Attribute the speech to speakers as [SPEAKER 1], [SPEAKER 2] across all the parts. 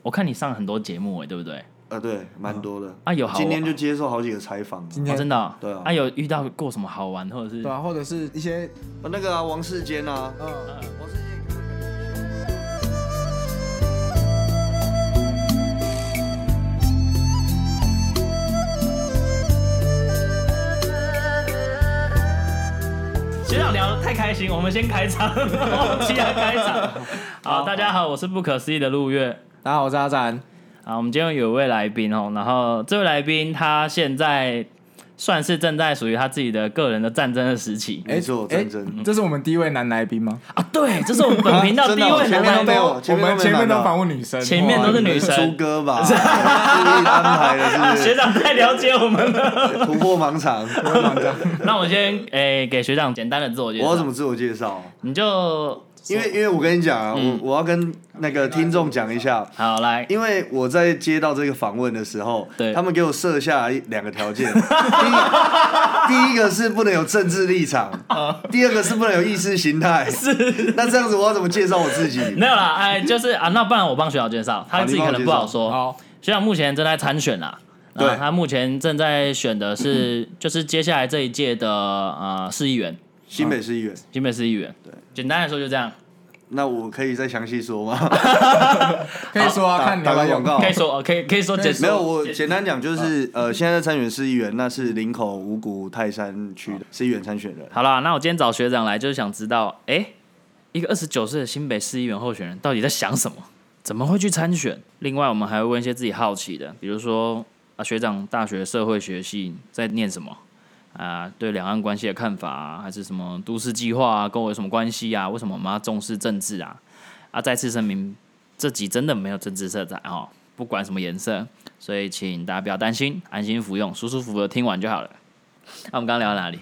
[SPEAKER 1] 我看你上很多节目哎、对不对？
[SPEAKER 2] 呃，对，蛮多的。
[SPEAKER 1] 啊，有好
[SPEAKER 2] 今天就接受好几个采访。
[SPEAKER 1] 哦
[SPEAKER 2] 呃
[SPEAKER 1] 真的哦、
[SPEAKER 2] 对啊
[SPEAKER 1] 有遇到过什么好玩或者是
[SPEAKER 3] 对啊，或者是一些
[SPEAKER 2] 那个啊，王世坚啊，
[SPEAKER 3] 嗯，
[SPEAKER 2] 王世坚看他感觉很凶。
[SPEAKER 1] 学长聊得太开心，我们先开场， 忘记了开场。好，大家好，我是不可思议的陆月。
[SPEAKER 3] 大家好，我是阿展，
[SPEAKER 1] 啊，我们今天有一位来宾哦，然后这位来宾他现在算是正在属于他自己的个人的战争的时期
[SPEAKER 2] 没错，
[SPEAKER 3] 哎
[SPEAKER 2] 战争。
[SPEAKER 3] 这是我们第一位男来宾吗？
[SPEAKER 1] 啊。对，这是我们本频道第一
[SPEAKER 2] 真的哦
[SPEAKER 1] 位
[SPEAKER 2] 前
[SPEAKER 1] 男
[SPEAKER 2] 面都
[SPEAKER 1] 来
[SPEAKER 2] 没
[SPEAKER 1] 宾。
[SPEAKER 2] 有，啊
[SPEAKER 3] 我们前面都
[SPEAKER 2] 访
[SPEAKER 3] 访问女生，
[SPEAKER 1] 前面都是女生
[SPEAKER 2] 猪哥 吧，故意安排
[SPEAKER 1] 啊，
[SPEAKER 2] 的
[SPEAKER 1] 学
[SPEAKER 2] 是
[SPEAKER 1] 长太了解我们了。
[SPEAKER 2] 不是突破盲场。
[SPEAKER 1] 那我先诶、给学长简单的自我介
[SPEAKER 2] 我
[SPEAKER 1] 绍。
[SPEAKER 2] 要怎么自我介 绍？
[SPEAKER 1] 你就
[SPEAKER 2] 因为因为我跟你讲啊，
[SPEAKER 1] 嗯
[SPEAKER 2] 我我要跟那个听众讲一下，
[SPEAKER 1] 好来，
[SPEAKER 2] 因为我在接到这个访问的时候，
[SPEAKER 1] 对
[SPEAKER 2] 他们给我设下来两个条件，第一第一个是不能有政治立场，
[SPEAKER 1] 嗯
[SPEAKER 2] 第二个是不能有意识形态。是，那这样子我要怎么介绍我自己？
[SPEAKER 1] 没有啦，哎，就是啊，那不然我帮学长介绍，他
[SPEAKER 2] 好
[SPEAKER 1] 自己
[SPEAKER 2] 你帮
[SPEAKER 1] 可
[SPEAKER 2] 我
[SPEAKER 1] 能
[SPEAKER 2] 介
[SPEAKER 1] 不好
[SPEAKER 2] 绍
[SPEAKER 1] 说。
[SPEAKER 3] 哦好，
[SPEAKER 1] 学长目前正在参选啦，
[SPEAKER 2] 对嗯
[SPEAKER 1] 啊，他目前正在选的是就是接下来这一届的呃市议员，
[SPEAKER 2] 新北市议员，
[SPEAKER 1] 新北市议员。对，简单来说就这样，
[SPEAKER 2] 那我可以再详细说吗？
[SPEAKER 3] 可以说 啊，看你
[SPEAKER 2] 打
[SPEAKER 3] 要
[SPEAKER 2] 个
[SPEAKER 3] 不要
[SPEAKER 2] 广告
[SPEAKER 1] 可以。说呃可以可以说解释
[SPEAKER 2] 哦没有，我简单讲就是，呃，现在在参选市议员，那是林口、五股、泰山区的市议员参选人。
[SPEAKER 1] 好啦，那我今天找学长来就是想知道，哎、一个二十九岁的新北市议员候选人到底在想什么？怎么会去参选？另外，我们还会问一些自己好奇的，比如说啊，学长大学社会学系在念什么？啊，对两岸关系的看法啊，还是什么都市计划啊，跟我有什么关系啊？为什么我们要重视政治啊？啊，再次声明，这集真的没有政治色彩哦，不管什么颜色，所以请大家不要担心，安心服用，舒舒服服的听完就好了。那、我们刚刚聊到哪里？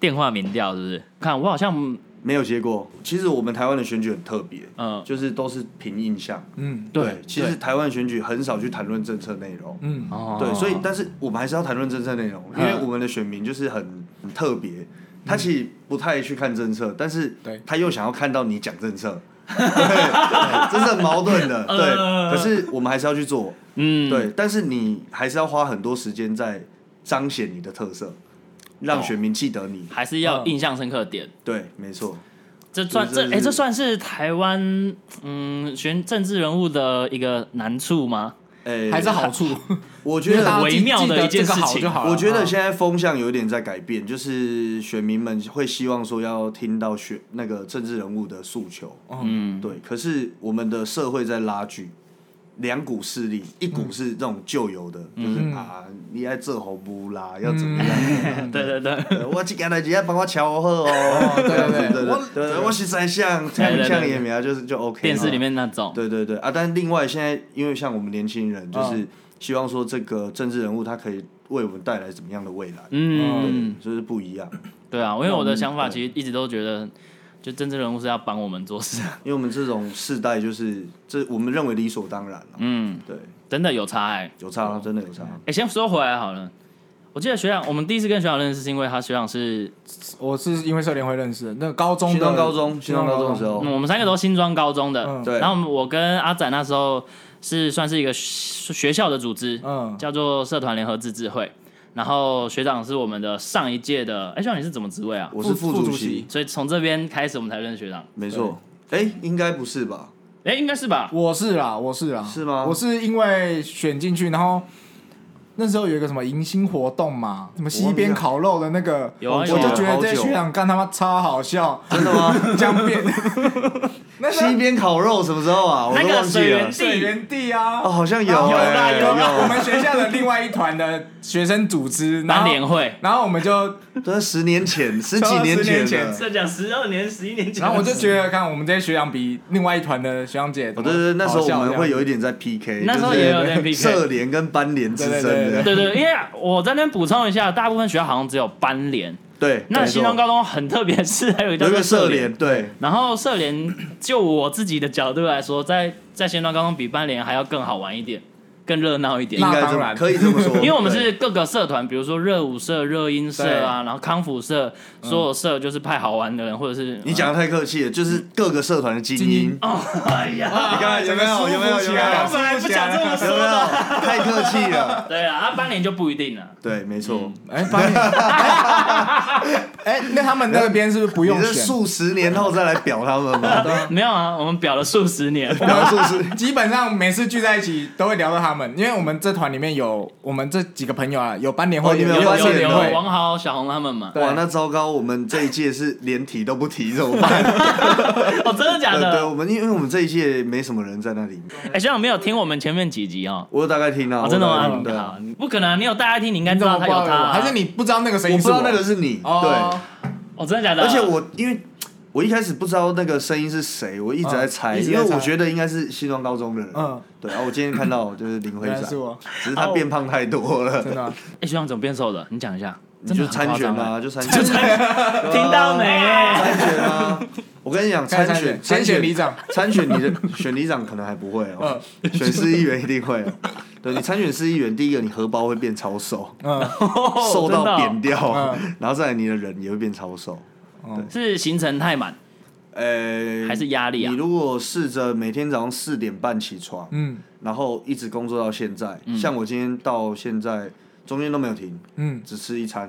[SPEAKER 1] 电话民调是不是？看我好像
[SPEAKER 2] 没有结果。其实我们台湾的选举很特别，
[SPEAKER 1] 嗯
[SPEAKER 2] 就是都是凭印象。
[SPEAKER 3] 嗯
[SPEAKER 1] 对
[SPEAKER 2] 其实台湾选举很少去谈论政策内容。
[SPEAKER 3] 嗯，
[SPEAKER 1] 哦
[SPEAKER 2] 对，所以但是我们还是要谈论政策内容，因为我们的选民就是很很特别，他其实不太去看政策，但是
[SPEAKER 3] 对
[SPEAKER 2] 他又想要看到你讲政 策，对，这是很矛盾的。
[SPEAKER 3] 呃
[SPEAKER 2] 对，可是我们还是要去做，
[SPEAKER 1] 嗯
[SPEAKER 2] 对，但是你还是要花很多时间在彰显你的特色，
[SPEAKER 3] 哦
[SPEAKER 2] 让选民记得你。
[SPEAKER 1] 还是要印象深刻的点。
[SPEAKER 2] 对，没错，
[SPEAKER 1] 这算
[SPEAKER 2] 就是
[SPEAKER 1] 这哎，这算嗯是台湾嗯选政治人物的一个难处吗？
[SPEAKER 2] 诶，
[SPEAKER 3] 还是好 处，
[SPEAKER 2] 我觉得
[SPEAKER 3] 大家
[SPEAKER 1] 微
[SPEAKER 3] 记
[SPEAKER 1] 妙的
[SPEAKER 3] 记得
[SPEAKER 1] 一件
[SPEAKER 3] 这个
[SPEAKER 1] 事
[SPEAKER 3] 好
[SPEAKER 1] 情
[SPEAKER 3] 就好了嗯
[SPEAKER 2] 我觉得现在风向有点在改变，就是选民们会希望说要听到选那个政治人物的诉求，
[SPEAKER 1] 嗯，
[SPEAKER 2] 对。可是我们的社会在拉锯，两股势力，一股是这种旧有的，
[SPEAKER 1] 嗯
[SPEAKER 2] 就是啊，你爱这猴不啦，要怎么样？
[SPEAKER 1] 对对对，
[SPEAKER 2] 对 我这个代志要帮我瞧 好哦，
[SPEAKER 3] 对对对
[SPEAKER 2] 对
[SPEAKER 3] 我
[SPEAKER 2] 对对，我实在像
[SPEAKER 1] 对对
[SPEAKER 2] 像
[SPEAKER 1] 对
[SPEAKER 2] 像
[SPEAKER 1] 对
[SPEAKER 2] 也没啊，就是就 OK 嘛。
[SPEAKER 1] 电视里面那种，
[SPEAKER 2] 对对对啊！但另外现在，因为像我们年轻人，就是
[SPEAKER 3] 嗯
[SPEAKER 2] 希望说这个政治人物他可以为我们带来怎么样的未来，
[SPEAKER 1] 嗯，
[SPEAKER 2] 对就是不一样。
[SPEAKER 1] 对啊，因为我的想法其实一直都觉得，就政治人物是要帮我们做事，
[SPEAKER 2] 因为我们这种世代，就是这我们认为理所当然了。
[SPEAKER 1] 嗯，
[SPEAKER 2] 对，
[SPEAKER 1] 真的有差哎。
[SPEAKER 2] 有差
[SPEAKER 3] 嗯
[SPEAKER 2] 啊，真的有差啊。
[SPEAKER 1] 哎，先说回来好了，我记得学长，我们第一次跟学长认识是因为他学长是，
[SPEAKER 3] 我是因为社联会认识的，那个高中
[SPEAKER 2] 新
[SPEAKER 3] 的
[SPEAKER 2] 庄高中，新庄高中的时，候
[SPEAKER 1] 嗯，我们三个都新庄高中的，
[SPEAKER 3] 哦嗯
[SPEAKER 2] 对
[SPEAKER 1] 然后我跟阿展那时候是算是一个学学校的组织，
[SPEAKER 3] 嗯，
[SPEAKER 1] 叫做社团联合自治会。然后学长是我们的上一届的，哎、学长你是怎么职位啊？
[SPEAKER 2] 我是副
[SPEAKER 3] 副副
[SPEAKER 2] 主
[SPEAKER 3] 主
[SPEAKER 2] 席
[SPEAKER 3] 席，
[SPEAKER 1] 所以从这边开始我们才认识学长，
[SPEAKER 2] 没错。哎，应该不是吧？
[SPEAKER 1] 哎、应该是吧？
[SPEAKER 3] 我是啦，我是啦，
[SPEAKER 2] 是吗
[SPEAKER 3] 我是因为选进去，然后那时候有一个什么迎新活动嘛，什么西边烤肉的那个，
[SPEAKER 1] 有啊
[SPEAKER 3] 我
[SPEAKER 1] 有啊
[SPEAKER 3] 就觉得这
[SPEAKER 2] 好久
[SPEAKER 3] 学长干他妈超好笑，
[SPEAKER 2] 真的吗？
[SPEAKER 3] 江 边那时候
[SPEAKER 2] 西边烤肉什么时候啊？我
[SPEAKER 1] 那
[SPEAKER 2] 都
[SPEAKER 1] 个
[SPEAKER 2] 忘记
[SPEAKER 1] 水
[SPEAKER 2] 了
[SPEAKER 1] 源。
[SPEAKER 3] 水
[SPEAKER 1] 地，
[SPEAKER 3] 源地啊，
[SPEAKER 2] 哦，好像有
[SPEAKER 3] 有啦
[SPEAKER 2] 哎，
[SPEAKER 3] 有啦，我
[SPEAKER 2] 有。
[SPEAKER 3] 们学校的另外一团的学生组织，然
[SPEAKER 1] 班
[SPEAKER 3] 后
[SPEAKER 1] 联会，
[SPEAKER 3] 然后我们就，
[SPEAKER 2] 都是十年 前，十几
[SPEAKER 3] 十年前
[SPEAKER 2] 了。
[SPEAKER 1] 这讲十二年、十一年前
[SPEAKER 3] 然后我就觉得，看我们这些学长比另外一团的学长姐
[SPEAKER 2] 哦，
[SPEAKER 3] 怎么
[SPEAKER 2] 对
[SPEAKER 3] 好笑
[SPEAKER 2] 对
[SPEAKER 3] 这
[SPEAKER 2] 对，
[SPEAKER 3] 样，
[SPEAKER 2] 那时候我们会有一点在 PK，
[SPEAKER 1] 那时候
[SPEAKER 2] 就是
[SPEAKER 1] 也有点 PK
[SPEAKER 2] 社联跟班联之争
[SPEAKER 3] 对对
[SPEAKER 2] 的，
[SPEAKER 1] 对对，因为我在那边补充一下，大部分学校好像只有班联，
[SPEAKER 2] 对。
[SPEAKER 1] 那
[SPEAKER 2] 没错
[SPEAKER 1] 新庄高中很特别，是还有一个叫
[SPEAKER 2] 有一
[SPEAKER 1] 做
[SPEAKER 2] 个社
[SPEAKER 1] 联
[SPEAKER 2] 联，。对，
[SPEAKER 1] 然后社联，就我自己的角度来说，在在新庄高中比班联还要更好玩一点。更热闹一点
[SPEAKER 2] 应。该
[SPEAKER 3] 那
[SPEAKER 2] 这
[SPEAKER 3] 当
[SPEAKER 2] 么
[SPEAKER 3] 然
[SPEAKER 2] 可以这么 说，
[SPEAKER 1] 因为我们是各个社团，比如说热舞社、热音社啊，然后康复社，所有社就是派好玩的人，或者是
[SPEAKER 2] 你讲的太客气了，就是各个社团的精
[SPEAKER 3] 嗯精
[SPEAKER 2] 英
[SPEAKER 3] 英，
[SPEAKER 1] 哦，哎呀，
[SPEAKER 3] 啊
[SPEAKER 2] 你看有没有有没有有没有有没
[SPEAKER 1] 我本来不想这么说
[SPEAKER 2] 有？啊太客气了，
[SPEAKER 1] 对啊，啊班联就不一定了。
[SPEAKER 2] 对，没错。
[SPEAKER 3] 哎，发现， 哎，那他们那边是不是不
[SPEAKER 2] 你
[SPEAKER 3] 用
[SPEAKER 2] 这
[SPEAKER 3] 选？
[SPEAKER 2] 数十年后再来表他们 吗？
[SPEAKER 1] 没有啊，我们表了数十 年，
[SPEAKER 2] 然后数十，
[SPEAKER 3] 基本上每次聚在一起都会聊到他们，因为我们这团里面有我们这几个朋友啊，有班联
[SPEAKER 2] 哦
[SPEAKER 3] 会，
[SPEAKER 2] 你们有
[SPEAKER 3] 有
[SPEAKER 1] 有
[SPEAKER 2] 班
[SPEAKER 3] 班
[SPEAKER 1] 有
[SPEAKER 2] 联
[SPEAKER 3] 联
[SPEAKER 1] 有
[SPEAKER 3] 会，
[SPEAKER 1] 王豪、小红他们嘛？
[SPEAKER 3] 对
[SPEAKER 2] 哇，那糟糕，我们这一届是连提都不提， 怎么办？
[SPEAKER 1] 哦，真的假
[SPEAKER 2] 对对，
[SPEAKER 1] 的？
[SPEAKER 2] 我们因为我们这一届没什么人在那里面，
[SPEAKER 1] 哎，学长没有听我们前面几集哦。
[SPEAKER 2] 我有大概听到，
[SPEAKER 1] 哦，真的
[SPEAKER 2] 我有大
[SPEAKER 1] 吗
[SPEAKER 2] 概？听对啊
[SPEAKER 1] 好，不可能啊，你有大家听，你应该知道他有他啊，
[SPEAKER 3] 还是你不知道那个声
[SPEAKER 2] 我
[SPEAKER 3] 音
[SPEAKER 2] 不
[SPEAKER 3] 是
[SPEAKER 2] 知道那个是你，对。
[SPEAKER 3] 哦，
[SPEAKER 1] 哦，真的假的？
[SPEAKER 2] 而且我因为我一开始不知道那个声音是谁，我一直在猜，
[SPEAKER 3] 嗯一直
[SPEAKER 2] 因
[SPEAKER 3] 在
[SPEAKER 2] 为
[SPEAKER 3] 猜
[SPEAKER 2] 我觉得应该是新庄高中的人。
[SPEAKER 3] 嗯，
[SPEAKER 2] 对，啊然后我今天看 到就是林辉
[SPEAKER 3] 原来
[SPEAKER 2] 展，
[SPEAKER 3] 是我，
[SPEAKER 2] 只是他变胖太多了，
[SPEAKER 3] 真的啊，
[SPEAKER 1] 哎，学长怎么变瘦的？你讲一下，
[SPEAKER 2] 你
[SPEAKER 1] 真的
[SPEAKER 2] 就
[SPEAKER 1] 很
[SPEAKER 2] 参
[SPEAKER 1] 夸
[SPEAKER 2] 选
[SPEAKER 1] 张哎
[SPEAKER 3] 欸
[SPEAKER 2] 啊，就参选，
[SPEAKER 1] 听到没？
[SPEAKER 2] 参选啊！我跟你讲，参选
[SPEAKER 3] 先
[SPEAKER 2] 参
[SPEAKER 3] 选
[SPEAKER 2] 选
[SPEAKER 3] 里长，
[SPEAKER 2] 参选你的选里长可能还不 会哦，选市议员一定会哦。对你参选市议员，第一个你荷包会变超瘦，
[SPEAKER 3] 嗯，
[SPEAKER 2] 瘦
[SPEAKER 1] 真的哦
[SPEAKER 2] 到扁掉
[SPEAKER 3] 嗯，
[SPEAKER 2] 然后再来你的人也会变超瘦。
[SPEAKER 1] 是行程太满
[SPEAKER 2] 呃，
[SPEAKER 1] 还是压力啊
[SPEAKER 2] 你？如果试着每天早上四点半起床，
[SPEAKER 3] 嗯
[SPEAKER 2] 然后一直工作到现在，
[SPEAKER 1] 嗯
[SPEAKER 2] 像我今天到现在中间都没有停，
[SPEAKER 3] 嗯，
[SPEAKER 2] 只吃一餐，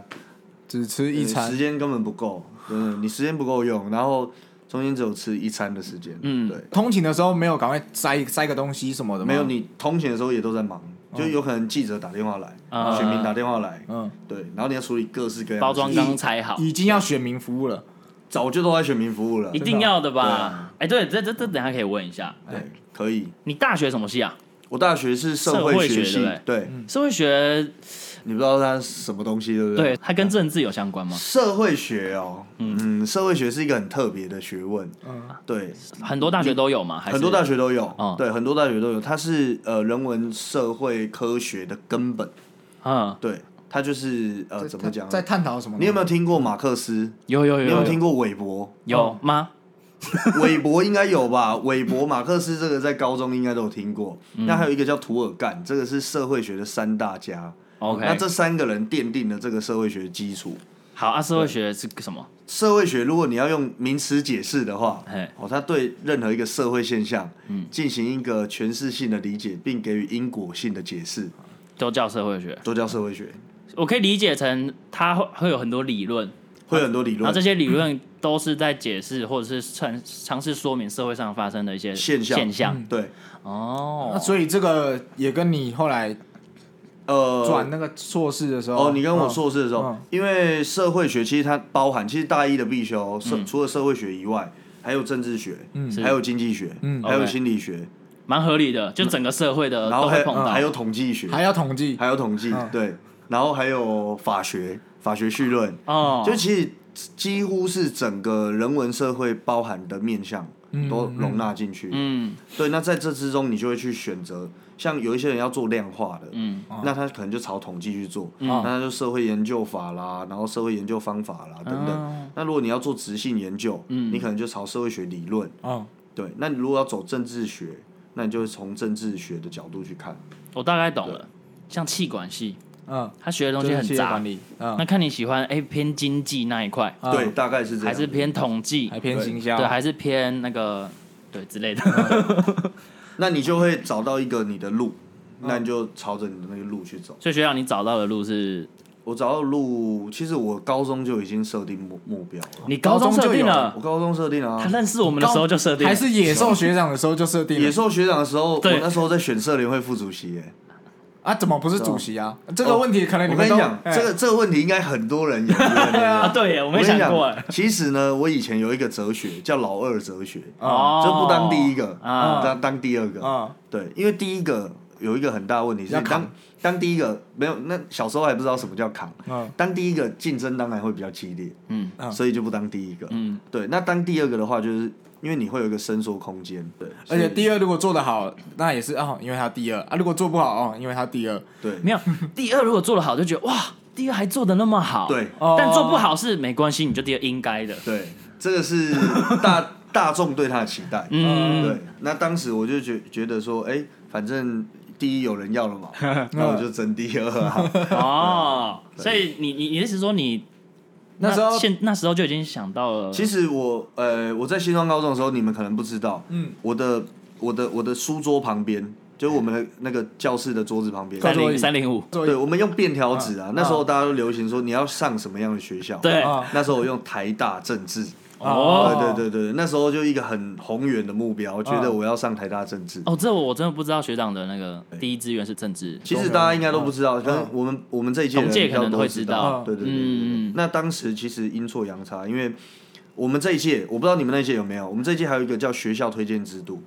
[SPEAKER 3] 只吃一
[SPEAKER 2] 呃
[SPEAKER 3] 餐
[SPEAKER 2] 时，间根本不够，真的，你时间不够用，然后中间只有吃一餐的时间，
[SPEAKER 1] 嗯
[SPEAKER 2] 对，
[SPEAKER 3] 通勤的时候没有赶快塞塞个东西什么的吗
[SPEAKER 2] 没有，你通勤的时候也都在忙，就有可能记者打电话来，
[SPEAKER 1] 嗯啊
[SPEAKER 2] 选民打电话来，
[SPEAKER 3] 嗯，
[SPEAKER 2] 对，然后你要处理各式各样的
[SPEAKER 1] 包装
[SPEAKER 2] 事情
[SPEAKER 1] 刚才好，
[SPEAKER 3] 已经要选民服务了，
[SPEAKER 2] 早就都在选民服务了
[SPEAKER 1] 一，定要的
[SPEAKER 2] 啊
[SPEAKER 1] 吧？哎，对，这这这等一下可以问一下，
[SPEAKER 2] 对，哎可以。
[SPEAKER 1] 你大学什么系啊？
[SPEAKER 2] 我大学是社
[SPEAKER 1] 社会学
[SPEAKER 2] 学系
[SPEAKER 1] 对不，
[SPEAKER 2] 对，
[SPEAKER 1] 社会学，
[SPEAKER 2] 你不知道它是什么东西，对不
[SPEAKER 1] 对，它跟政治有相关吗？
[SPEAKER 2] 社会学哦，嗯，社会学是一个很特别的学问，
[SPEAKER 3] 嗯
[SPEAKER 2] 对，
[SPEAKER 1] 很多大学都有吗？还是
[SPEAKER 2] 很多大学都有，
[SPEAKER 1] 哦
[SPEAKER 2] 对，很多大学都有，它是呃人文社会科学的根本，
[SPEAKER 1] 嗯，
[SPEAKER 2] 对，它就是呃怎么讲呢？
[SPEAKER 3] 在探讨什么？
[SPEAKER 2] 你有没有听过马克思？
[SPEAKER 1] 有有有
[SPEAKER 2] 你有没有听过 韦伯？
[SPEAKER 1] 有吗？
[SPEAKER 2] 韦伯应该有吧？韦伯、马克思这个在高中应该都有听过。
[SPEAKER 1] 嗯
[SPEAKER 2] 那还有一个叫涂尔干，这个是社会学的三大家。
[SPEAKER 1] OK，
[SPEAKER 2] 哦那这三个人奠定了这个社会学的基础。
[SPEAKER 1] 好啊，社会学是什么？
[SPEAKER 2] 社会学，如果你要用名词解释的话
[SPEAKER 1] 嘿，
[SPEAKER 2] 哦，它对任何一个社会现象
[SPEAKER 1] 嗯
[SPEAKER 2] 进行一个诠释性的理解，并给予因果性的解释，
[SPEAKER 1] 嗯都叫社会学。
[SPEAKER 2] 都叫社会学。
[SPEAKER 1] 我可以理解成它会会有很多理论，
[SPEAKER 2] 会有很多理
[SPEAKER 1] 然后
[SPEAKER 2] 论
[SPEAKER 1] 啊这些理论都是在解释或者是尝尝试说明社会上发生的一些
[SPEAKER 2] 现象
[SPEAKER 1] 现
[SPEAKER 3] 嗯
[SPEAKER 1] 象。
[SPEAKER 2] 对，
[SPEAKER 1] 哦
[SPEAKER 3] 那，所以这个也跟你后来
[SPEAKER 2] 呃，
[SPEAKER 3] 转那个硕士的时候，
[SPEAKER 2] 哦，你跟我硕士的时候
[SPEAKER 3] 嗯，
[SPEAKER 2] 因为社会学其实它包含，其实大一的必修，社除了社会学以外，还有政治学，
[SPEAKER 1] 嗯是
[SPEAKER 2] 还有经济学，
[SPEAKER 3] 嗯
[SPEAKER 2] 还有
[SPEAKER 1] OK
[SPEAKER 2] 心理学，
[SPEAKER 1] 蛮合理的，就整个社会的
[SPEAKER 2] 然后
[SPEAKER 1] 都
[SPEAKER 2] 还
[SPEAKER 1] 会
[SPEAKER 2] 有
[SPEAKER 1] 碰到。
[SPEAKER 2] 还有统计学
[SPEAKER 3] 嗯，还要统计
[SPEAKER 2] 还有统计，
[SPEAKER 3] 嗯
[SPEAKER 2] 对，然后还有法学，法学绪论，
[SPEAKER 1] 哦，
[SPEAKER 2] 就其实几乎是整个人文社会包含的面向都容纳进去。
[SPEAKER 1] 嗯
[SPEAKER 2] 对，那在这之中，你就会去选择，像有一些人要做量化的，嗯，那他可能就朝统计去做，
[SPEAKER 1] 嗯
[SPEAKER 2] 那他就社会研究法啦，然后社会研究方法
[SPEAKER 1] 嗯
[SPEAKER 2] 啦等等。
[SPEAKER 1] 哦
[SPEAKER 2] 那如果你要做直性研究，你可能就朝社会学理论，
[SPEAKER 3] 哦，
[SPEAKER 2] 对。那你如果要走政治学，那你就会从政治学的角度去看。
[SPEAKER 1] 我大概懂了。像气管系，
[SPEAKER 3] 嗯，
[SPEAKER 1] 他学的东西
[SPEAKER 3] 就是
[SPEAKER 1] 很
[SPEAKER 3] 企业
[SPEAKER 1] 杂
[SPEAKER 3] 管，理，嗯，
[SPEAKER 1] 那看你喜欢哎偏经济那一块，
[SPEAKER 3] 嗯
[SPEAKER 2] 对，，大概是这
[SPEAKER 1] 啊还
[SPEAKER 2] 样。
[SPEAKER 1] 是偏统计
[SPEAKER 3] 还，偏行销，
[SPEAKER 1] 对，还是偏那个对之类的。
[SPEAKER 3] 嗯
[SPEAKER 2] 那你就会找到一个你的路，
[SPEAKER 1] 嗯
[SPEAKER 2] 那你就朝着你的那个路去走。
[SPEAKER 1] 所以学长，你找到的路是
[SPEAKER 2] 我找到路，其实我高中就已经设定目目标了。
[SPEAKER 1] 你高中设定了
[SPEAKER 2] 我，高中设定
[SPEAKER 1] 他
[SPEAKER 2] 啊，
[SPEAKER 1] 认识我们的时候就设定了，
[SPEAKER 3] 还是野兽学长的时候就设定
[SPEAKER 2] 野
[SPEAKER 3] 了
[SPEAKER 2] 兽学长的时候，我
[SPEAKER 1] 对
[SPEAKER 2] 那时候在选社联会副主席耶。
[SPEAKER 3] 啊？怎么不是主席啊？这个问题可能
[SPEAKER 2] 哦我
[SPEAKER 3] 们
[SPEAKER 2] 跟你
[SPEAKER 3] 都
[SPEAKER 2] 讲，
[SPEAKER 3] 哎
[SPEAKER 2] 这个这个问题应该很多人有疑 问。对
[SPEAKER 1] 啊？
[SPEAKER 2] 啊，
[SPEAKER 1] 对耶，我
[SPEAKER 2] 我
[SPEAKER 1] 没
[SPEAKER 2] 跟你
[SPEAKER 1] 想
[SPEAKER 2] 讲啊
[SPEAKER 1] 过耶。
[SPEAKER 2] 其实呢，我以前有一个哲学叫老二哲学，
[SPEAKER 1] 哦，
[SPEAKER 2] 这不当第一个，
[SPEAKER 1] 啊，
[SPEAKER 2] 当当第二个。
[SPEAKER 3] 啊，
[SPEAKER 2] 对，因为第一个有一个很大的问题是
[SPEAKER 3] 要
[SPEAKER 2] 你当
[SPEAKER 3] 扛
[SPEAKER 2] 当第一个没有，那小时候还不知道什么叫扛。
[SPEAKER 3] 嗯
[SPEAKER 2] 当第一个竞争当然会比较激烈，
[SPEAKER 1] 嗯
[SPEAKER 3] 嗯
[SPEAKER 2] 所以就不当第一个。
[SPEAKER 1] 嗯，
[SPEAKER 2] 对，那当第二个的话，就是因为你会有一个伸缩空间，对，
[SPEAKER 3] 而且第
[SPEAKER 2] 二
[SPEAKER 3] 二如果做得好，那也是哦，因为他第二啊；如果做不好哦，因为他第二。
[SPEAKER 2] 对
[SPEAKER 1] 没有第二，如果做的好就觉得哇，第二还做的那么好，
[SPEAKER 2] 对哦
[SPEAKER 3] 哦
[SPEAKER 1] 但做不好是没关系，你就第二应该的，
[SPEAKER 2] 对，这个 是大大众对他的期待，
[SPEAKER 1] 嗯
[SPEAKER 2] 对。那当时我就觉觉得说，哎，反正第一有人要了 嘛，那我就争第二啊。
[SPEAKER 3] 嗯
[SPEAKER 1] 哦，所以你你你的意思是说你
[SPEAKER 3] 那时候
[SPEAKER 1] 现那时候就已经想到了，
[SPEAKER 2] 其实我呃我在新庄高中的时候，你们可能不知道，
[SPEAKER 3] 嗯，
[SPEAKER 2] 我的我的我的书桌旁边，就是我们的那个教室的桌子旁边，
[SPEAKER 1] 三
[SPEAKER 3] 高中
[SPEAKER 1] 零
[SPEAKER 3] 已
[SPEAKER 1] 三零五，
[SPEAKER 3] 作
[SPEAKER 2] 对，
[SPEAKER 3] 业
[SPEAKER 2] 我们用便条纸啊
[SPEAKER 3] 嗯，
[SPEAKER 2] 那时候大家都流行说你要上什么样的学校，，
[SPEAKER 1] 对，
[SPEAKER 3] 啊
[SPEAKER 2] 那时候我用台大政治。
[SPEAKER 1] 哦
[SPEAKER 2] 对对对对，那时候就一个很宏远的目标，觉得我要上台大政治。
[SPEAKER 1] 哦，这我真的不知道学长的那个第一志愿是政治，
[SPEAKER 2] 其实大家应该都不知道，
[SPEAKER 3] 嗯
[SPEAKER 2] 可能我们我们这一届人
[SPEAKER 1] 哦同届
[SPEAKER 2] 比较
[SPEAKER 1] 可能
[SPEAKER 2] 多
[SPEAKER 1] 会知
[SPEAKER 2] 知
[SPEAKER 1] 道
[SPEAKER 2] 对对对对对
[SPEAKER 1] 嗯嗯嗯
[SPEAKER 2] 那当时其实阴错阳差，因为我们这一届，我不知道你们那一届有没有，我们这一届还有一个叫学校推荐制度，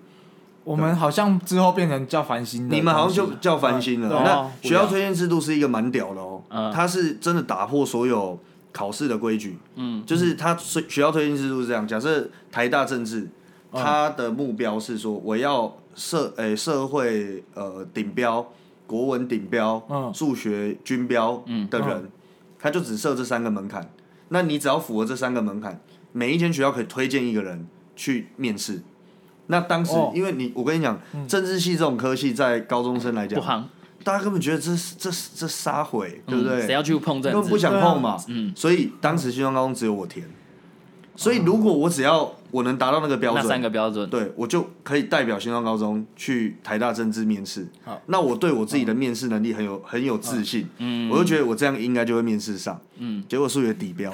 [SPEAKER 3] 我们好像之后变成叫繁星的东西，
[SPEAKER 2] 你们好像就叫翻新了。
[SPEAKER 3] 嗯
[SPEAKER 1] 对
[SPEAKER 2] 那
[SPEAKER 1] 哦
[SPEAKER 2] 学校推荐制度是一个蛮屌的哦
[SPEAKER 1] 嗯，
[SPEAKER 2] 它是真的打破所有考试的规矩。
[SPEAKER 1] 嗯，
[SPEAKER 2] 就是它学学校推荐制度是这样，假设台大政治，它的目标是说我要社诶、社会呃顶标、国文顶标、
[SPEAKER 3] 嗯
[SPEAKER 2] 数学均标的人，他就只设这三个门槛。那你只要符合这三个门槛，每一间学校可以推荐一个人去面试。那当时，
[SPEAKER 3] 哦
[SPEAKER 2] 因为你，我跟你讲，政治系这种科系，在高中生来
[SPEAKER 1] 不
[SPEAKER 2] 讲，
[SPEAKER 1] 行，
[SPEAKER 2] 大家根本觉得这是这是这杀毁，对不
[SPEAKER 1] 嗯
[SPEAKER 2] 对？
[SPEAKER 1] 谁要去碰
[SPEAKER 2] 根
[SPEAKER 1] 政
[SPEAKER 2] 本不
[SPEAKER 1] 治？
[SPEAKER 2] 想碰嘛。
[SPEAKER 1] 嗯哦
[SPEAKER 2] 所以当时新庄高中只有我填，所以如果我只要我能达到那个标
[SPEAKER 1] 那三
[SPEAKER 2] 准，
[SPEAKER 1] 个标准，
[SPEAKER 2] 对我就可以代表新庄高中去台大政治面试。那我对我自己的面试能力很有很有自信，
[SPEAKER 1] 嗯
[SPEAKER 2] 我就觉得我这样应该就会面试上。嗯，结果数学底标，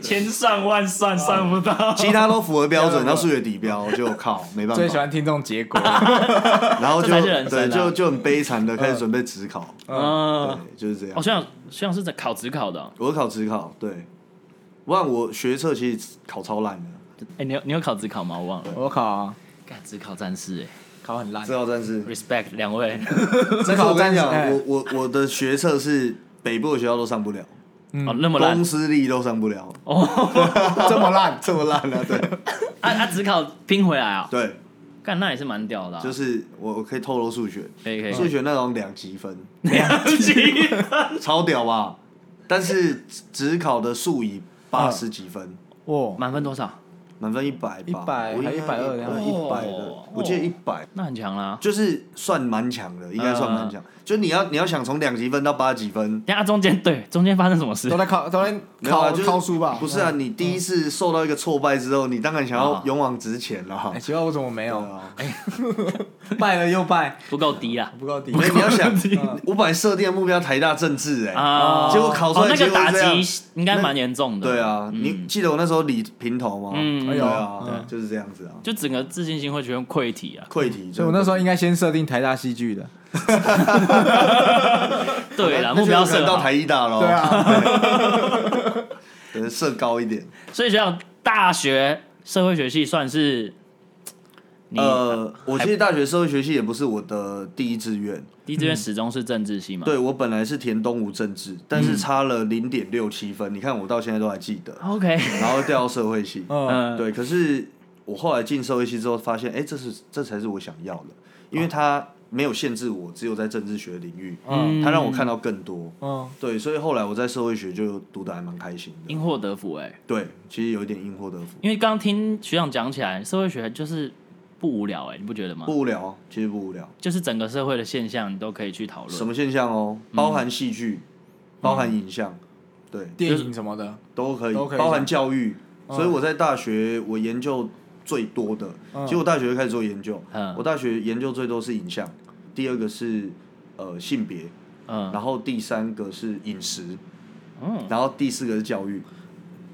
[SPEAKER 1] 千算万算算不到，
[SPEAKER 2] 其他都符合 标准，
[SPEAKER 3] 嗯
[SPEAKER 2] 然后数学底标，我就靠没办
[SPEAKER 3] 最喜
[SPEAKER 2] 法，
[SPEAKER 3] 欢听这种结 果，
[SPEAKER 2] 然后
[SPEAKER 1] 这
[SPEAKER 2] 就
[SPEAKER 1] 才是人生啊
[SPEAKER 2] 对就就很悲惨的开始准备职考，
[SPEAKER 1] 嗯，
[SPEAKER 2] 对，就是这样
[SPEAKER 1] 哦，。学长学长是在考职考的哦，
[SPEAKER 2] 我考职考，对，不然我学测其实考超烂的，
[SPEAKER 1] 哎，你有你有考职考吗？我忘了，
[SPEAKER 3] 我考啊，
[SPEAKER 1] 干职考战士，哎
[SPEAKER 3] 考很烂
[SPEAKER 2] 知，道但是
[SPEAKER 1] ，respect 两位，
[SPEAKER 2] 但是我跟你讲，
[SPEAKER 3] 哎
[SPEAKER 2] 我我我的学测是北部的学校都上不了，
[SPEAKER 1] 哦
[SPEAKER 3] 嗯，
[SPEAKER 1] 那么烂哦
[SPEAKER 2] 公，私立都上不了，
[SPEAKER 3] 这么烂，
[SPEAKER 2] 这么烂啊？对
[SPEAKER 1] 啊啊，职考拼回来啊，
[SPEAKER 2] 对，
[SPEAKER 1] 干那也是蛮屌的啊，
[SPEAKER 2] 就是我我可以透露数学，
[SPEAKER 1] 可以可以，
[SPEAKER 2] 数学那种两级分，
[SPEAKER 1] 两级，
[SPEAKER 2] 超屌吧？但是只考的数以八
[SPEAKER 1] 嗯
[SPEAKER 2] 十几分，
[SPEAKER 3] 哇，
[SPEAKER 1] 满分多少？
[SPEAKER 2] 满分一百吧，
[SPEAKER 3] 100
[SPEAKER 2] 我应该
[SPEAKER 3] 还120
[SPEAKER 2] 100
[SPEAKER 3] 还
[SPEAKER 2] 一百的
[SPEAKER 1] 哦，
[SPEAKER 2] 我记得一百。
[SPEAKER 1] 那很强啊啦。
[SPEAKER 2] 就是算蛮强的，应该算蛮强。
[SPEAKER 1] 嗯
[SPEAKER 2] 就你要你要想从两级分到八级分，
[SPEAKER 1] 等一下中间对中间发生什么事
[SPEAKER 3] 都？在考，都在
[SPEAKER 2] 没有啊
[SPEAKER 3] 考
[SPEAKER 2] 就是
[SPEAKER 3] 考书吧？嗯
[SPEAKER 2] 不是啊，你第一次受到一个挫败之后，你当然想要勇往直前了哈
[SPEAKER 3] 哎，。奇怪，我怎么没
[SPEAKER 2] 对
[SPEAKER 3] 有？
[SPEAKER 2] 啊
[SPEAKER 3] 拜了又拜，
[SPEAKER 1] 不够低啦。
[SPEAKER 3] 不够 低。
[SPEAKER 2] 没有你要 想
[SPEAKER 3] 嗯，
[SPEAKER 2] 我本来设定的目标台大政治哎，
[SPEAKER 1] 啊，
[SPEAKER 2] 结果考出
[SPEAKER 1] 哦
[SPEAKER 2] 来
[SPEAKER 1] 那
[SPEAKER 2] 结
[SPEAKER 1] 个
[SPEAKER 2] 果
[SPEAKER 1] 打
[SPEAKER 2] 是这样
[SPEAKER 1] 击应该蛮严重的。
[SPEAKER 2] 对啊，你记得我那时候理平头吗？
[SPEAKER 1] 嗯
[SPEAKER 3] 哎
[SPEAKER 2] 对
[SPEAKER 3] 呦
[SPEAKER 2] 啊
[SPEAKER 3] 嗯，
[SPEAKER 2] 就是这样子啊，
[SPEAKER 1] 就整个自信心会全部溃体啊。
[SPEAKER 2] 溃体。
[SPEAKER 3] 所以我那时候应该先设定台大戏剧的，
[SPEAKER 1] 对啦，
[SPEAKER 2] 那就
[SPEAKER 1] 目标
[SPEAKER 2] 可能
[SPEAKER 1] 设
[SPEAKER 2] 到
[SPEAKER 1] 好
[SPEAKER 2] 台。医大喽，
[SPEAKER 3] 对啊，
[SPEAKER 2] 可能设高一点。
[SPEAKER 1] 所以像大学社会学系算是你
[SPEAKER 2] 呃，我
[SPEAKER 1] 还
[SPEAKER 2] 其实大学社会学系也不是我的第一志愿，
[SPEAKER 1] 第一志愿始终是政治系嘛？
[SPEAKER 2] 对我本来是填东吴政治，但
[SPEAKER 1] 嗯
[SPEAKER 2] 是差了零点六七分，你看我到现在都还记得，
[SPEAKER 1] ，OK，
[SPEAKER 2] 然后调到社会系，
[SPEAKER 3] 嗯，
[SPEAKER 1] 嗯，
[SPEAKER 2] 哦对，可是我后来进社会系之后，发现，哎、这是这才是我想要的，因为
[SPEAKER 1] 哦
[SPEAKER 2] 它没有限制我，只有在政治学领域，
[SPEAKER 1] 嗯
[SPEAKER 2] 它让我看到更多。
[SPEAKER 3] 嗯，
[SPEAKER 2] 对，所以后来我在社会学就读的还蛮开心的。
[SPEAKER 1] 因嗯祸得福哎。
[SPEAKER 2] 对，其实有一点因祸得福，
[SPEAKER 1] 因为刚听学长讲起来，社会学就是不无聊哎，你不觉得吗？
[SPEAKER 2] 不无聊，其实不无聊。
[SPEAKER 1] 就是整个社会的现象你都可以去讨
[SPEAKER 2] 什
[SPEAKER 1] 论。
[SPEAKER 2] 么现象哦？包
[SPEAKER 1] 嗯
[SPEAKER 2] 含戏剧，包含影像，对，
[SPEAKER 3] 电影什么的，
[SPEAKER 2] 都可以，
[SPEAKER 3] 都可以嗯
[SPEAKER 2] 包含教育。所以我在大学我研究最多的，
[SPEAKER 3] 嗯
[SPEAKER 2] 其实我大学就开始做研究，
[SPEAKER 1] 嗯
[SPEAKER 2] 我大学研究最多是影像，第二个是呃性别，
[SPEAKER 1] 嗯
[SPEAKER 2] 然后第三个是饮食，
[SPEAKER 1] 嗯
[SPEAKER 2] 然后第四个是教育，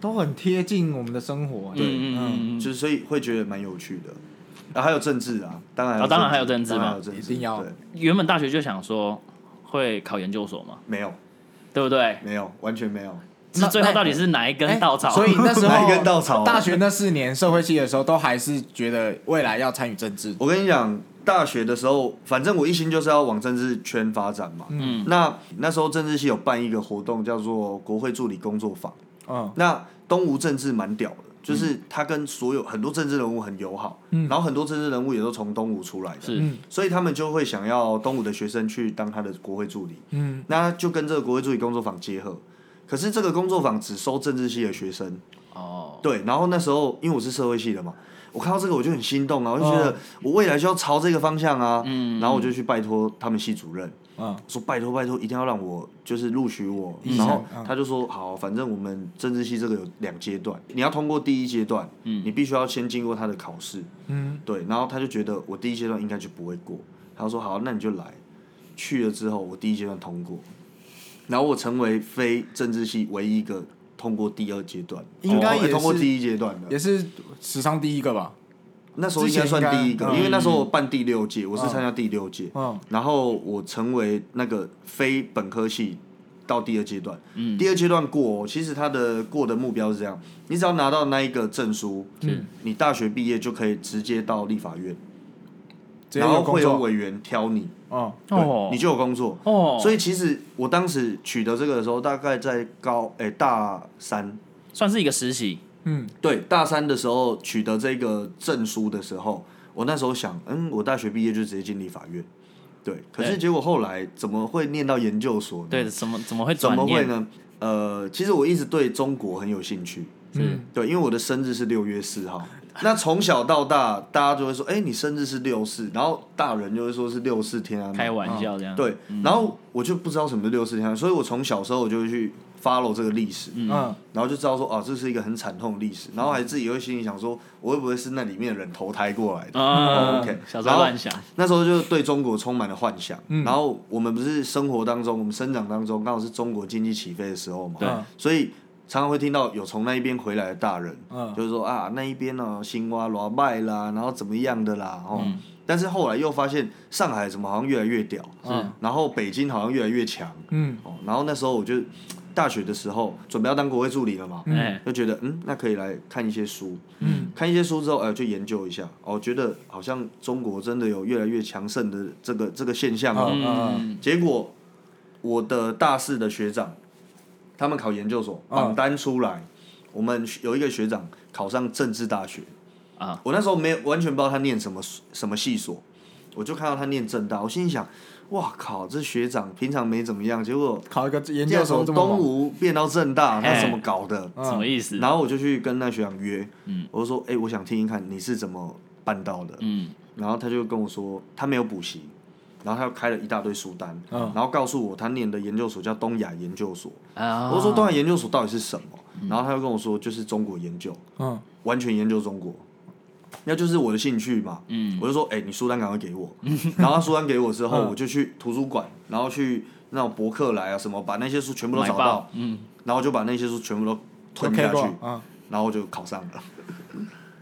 [SPEAKER 3] 都很贴近我们的生活
[SPEAKER 1] 嗯。
[SPEAKER 3] 哎
[SPEAKER 1] 嗯嗯嗯
[SPEAKER 2] 就是所以会觉得蛮有趣的。啊，还有政治啊，当然
[SPEAKER 1] 哦当然还有政治嘛
[SPEAKER 2] 当然还有政治
[SPEAKER 3] 一定要
[SPEAKER 2] 对，
[SPEAKER 1] 原本大学就想说会考研究所嘛，
[SPEAKER 2] 没有
[SPEAKER 1] 对不对？
[SPEAKER 2] 没有完全没有，
[SPEAKER 1] 是最后
[SPEAKER 3] 那
[SPEAKER 1] 到底是哪一根
[SPEAKER 3] 哎
[SPEAKER 1] 稻草？
[SPEAKER 3] 所以 那时
[SPEAKER 2] 哪一根稻草
[SPEAKER 3] 候大学那四年社会系的时候，都还是觉得未来要参与政治。
[SPEAKER 2] 我跟你讲，大学的时候，反正我一心就是要往政治圈发展嘛。嗯，那那时候政治系有办一个活动，叫做国会助理工作坊。
[SPEAKER 3] 嗯，
[SPEAKER 2] 那东吴政治蛮屌的，就是他跟所有很多政治人物很友好，然后很多政治人物也都从东吴出来的，
[SPEAKER 1] 是
[SPEAKER 2] 所以他们就会想要东吴的学生去当他的国会助理。
[SPEAKER 3] 嗯，
[SPEAKER 2] 那就跟这个国会助理工作坊结合。可是这个工作坊只收政治系的学生，
[SPEAKER 1] 哦，
[SPEAKER 2] 对，然后那时候因为我是社会系的嘛，我看到这个我就很心动啊，我就觉
[SPEAKER 3] 嗯
[SPEAKER 2] 得我未来就要朝这个方向啊。然后我就去拜托他们系主任，
[SPEAKER 3] 嗯
[SPEAKER 2] 说拜托拜托，一定要让我就是录取我。
[SPEAKER 3] 嗯
[SPEAKER 2] 然后
[SPEAKER 3] 嗯
[SPEAKER 2] 他就说好，反正我们政治系这个有两阶段，你要通过第一阶段，你必须要先经过他的考试，
[SPEAKER 3] 嗯，
[SPEAKER 2] 对。然后他就觉得我第一阶段应该就不会过，他说好，那你就来。去了之后，我第一阶段通过，然后我成为非政治系唯一一个通过第二阶段，
[SPEAKER 3] 应该
[SPEAKER 2] 哦
[SPEAKER 3] 也是
[SPEAKER 2] 通过第一阶段的
[SPEAKER 3] 也。是史上第一个吧？
[SPEAKER 2] 那时候应该算第一
[SPEAKER 3] 之前
[SPEAKER 2] 个
[SPEAKER 3] 应，该
[SPEAKER 2] 因为那时候我办第六届，我是参加第六届，
[SPEAKER 3] 嗯
[SPEAKER 2] 然后我成为那个非本科系到第二阶段，
[SPEAKER 3] 嗯
[SPEAKER 2] 第二阶段过哦，其实他的过的目标是这样，你只要拿到那一个证书，
[SPEAKER 3] 嗯
[SPEAKER 2] 你大学毕业就可以直接到立法院，
[SPEAKER 3] 直接
[SPEAKER 2] 然后
[SPEAKER 3] 工
[SPEAKER 2] 会有
[SPEAKER 3] 作，
[SPEAKER 2] 委员挑你，
[SPEAKER 3] 嗯，
[SPEAKER 2] 对
[SPEAKER 1] 哦
[SPEAKER 2] 你就有工作。
[SPEAKER 1] 哦，
[SPEAKER 2] 所以其实我当时取得这个的时候，大概在高诶、大三，
[SPEAKER 1] 算是一个实习，
[SPEAKER 3] 嗯，
[SPEAKER 2] 对，大三的时候取得这个证书的时候，我那时候想，嗯，我大学毕业就直接进立法院，对。可是
[SPEAKER 1] 对
[SPEAKER 2] 结果后来怎么会念到研究所呢？
[SPEAKER 1] 对，，怎么怎么会
[SPEAKER 2] 怎
[SPEAKER 1] 转
[SPEAKER 2] 么会
[SPEAKER 1] 念？
[SPEAKER 2] 呢？呃，其实我一直对中国很有兴趣，
[SPEAKER 1] 是
[SPEAKER 2] 对，因为我的生日是六月四号。那从小到大，大家就会说，哎、你生日是六四，然后大人就会说是六四天安门。
[SPEAKER 1] 开玩笑这样，
[SPEAKER 2] 嗯对，然后我就不知道什么是六四天安门，所以我从小时候我就会去 follow 这个历史，
[SPEAKER 3] 嗯，
[SPEAKER 2] 然后就知道说啊，这是一个很惨痛的历史，然后还自己会心里想说，我会不会是那里面的人投胎过来的？
[SPEAKER 1] 啊
[SPEAKER 2] 哦 OK，
[SPEAKER 1] 小时候乱想，
[SPEAKER 2] 那时候就对中国充满了幻想。
[SPEAKER 3] 嗯
[SPEAKER 2] 然后我们不是生活当中，我们生长当中刚好是中国经济起飞的时候嘛，
[SPEAKER 1] 对
[SPEAKER 2] 所以常常会听到有从那一边回来的大人，
[SPEAKER 3] 嗯
[SPEAKER 2] 就是说啊那一边呢、新蛙罗拜啦，然后怎么样的啦，哦。但是后来又发现上海怎么好像越来越屌，
[SPEAKER 3] 嗯
[SPEAKER 2] 然后北京好像越来越强，
[SPEAKER 3] 嗯，
[SPEAKER 2] 哦，然后那时候我就大学的时候准备要当国会助理了嘛，
[SPEAKER 1] 哎，
[SPEAKER 2] 就觉得嗯，那可以来看一些书，
[SPEAKER 3] 嗯，
[SPEAKER 2] 看一些书之后，哎、就研究一下，哦，觉得好像中国真的有越来越强盛的这个这个现象哦。
[SPEAKER 1] 嗯，
[SPEAKER 2] 结果我的大四的学长，他们考研究所
[SPEAKER 3] 嗯
[SPEAKER 2] 榜单出来，我们有一个学长考上政治大学
[SPEAKER 1] 啊，
[SPEAKER 2] 我那时候没有完全不知道他念什么什么系所，我就看到他念政大，我心里想，哇靠，这学长平常没怎么样，结果
[SPEAKER 3] 考一个研
[SPEAKER 2] 现在
[SPEAKER 3] 究
[SPEAKER 2] 从
[SPEAKER 3] 所这么
[SPEAKER 2] 东
[SPEAKER 3] 猛，
[SPEAKER 2] 吴变到政大，他
[SPEAKER 1] 嘿
[SPEAKER 2] 怎么搞的？
[SPEAKER 1] 什么意思？
[SPEAKER 2] 然后我就去嗯跟那学长约，我就说，哎、我想听听看你是怎么办到的。
[SPEAKER 1] 嗯，
[SPEAKER 2] 然后他就跟我说，他没有补习，然后他又开了一大堆书单，
[SPEAKER 3] 嗯
[SPEAKER 2] 然后告诉我他念的研究所叫东亚研究所。
[SPEAKER 1] 啊，
[SPEAKER 2] 我就说东亚研究所到底是什么？
[SPEAKER 1] 嗯
[SPEAKER 2] 然后他又跟我说，就是中国研究，
[SPEAKER 3] 嗯
[SPEAKER 2] 完全研究中国。那就是我的兴趣嘛，
[SPEAKER 1] 嗯
[SPEAKER 2] 我就说，哎、你书单赶快给我。 然后他书单给我之后，
[SPEAKER 3] 嗯
[SPEAKER 2] 我就去图书馆，然后去那种博客来啊什么，把那些书全部都
[SPEAKER 1] 买嗯
[SPEAKER 2] 找
[SPEAKER 1] 爆
[SPEAKER 2] 到，，然后就把那些书全部都吞
[SPEAKER 3] ，OK
[SPEAKER 2] 下去。
[SPEAKER 3] 过，嗯，
[SPEAKER 2] 然后就考上了。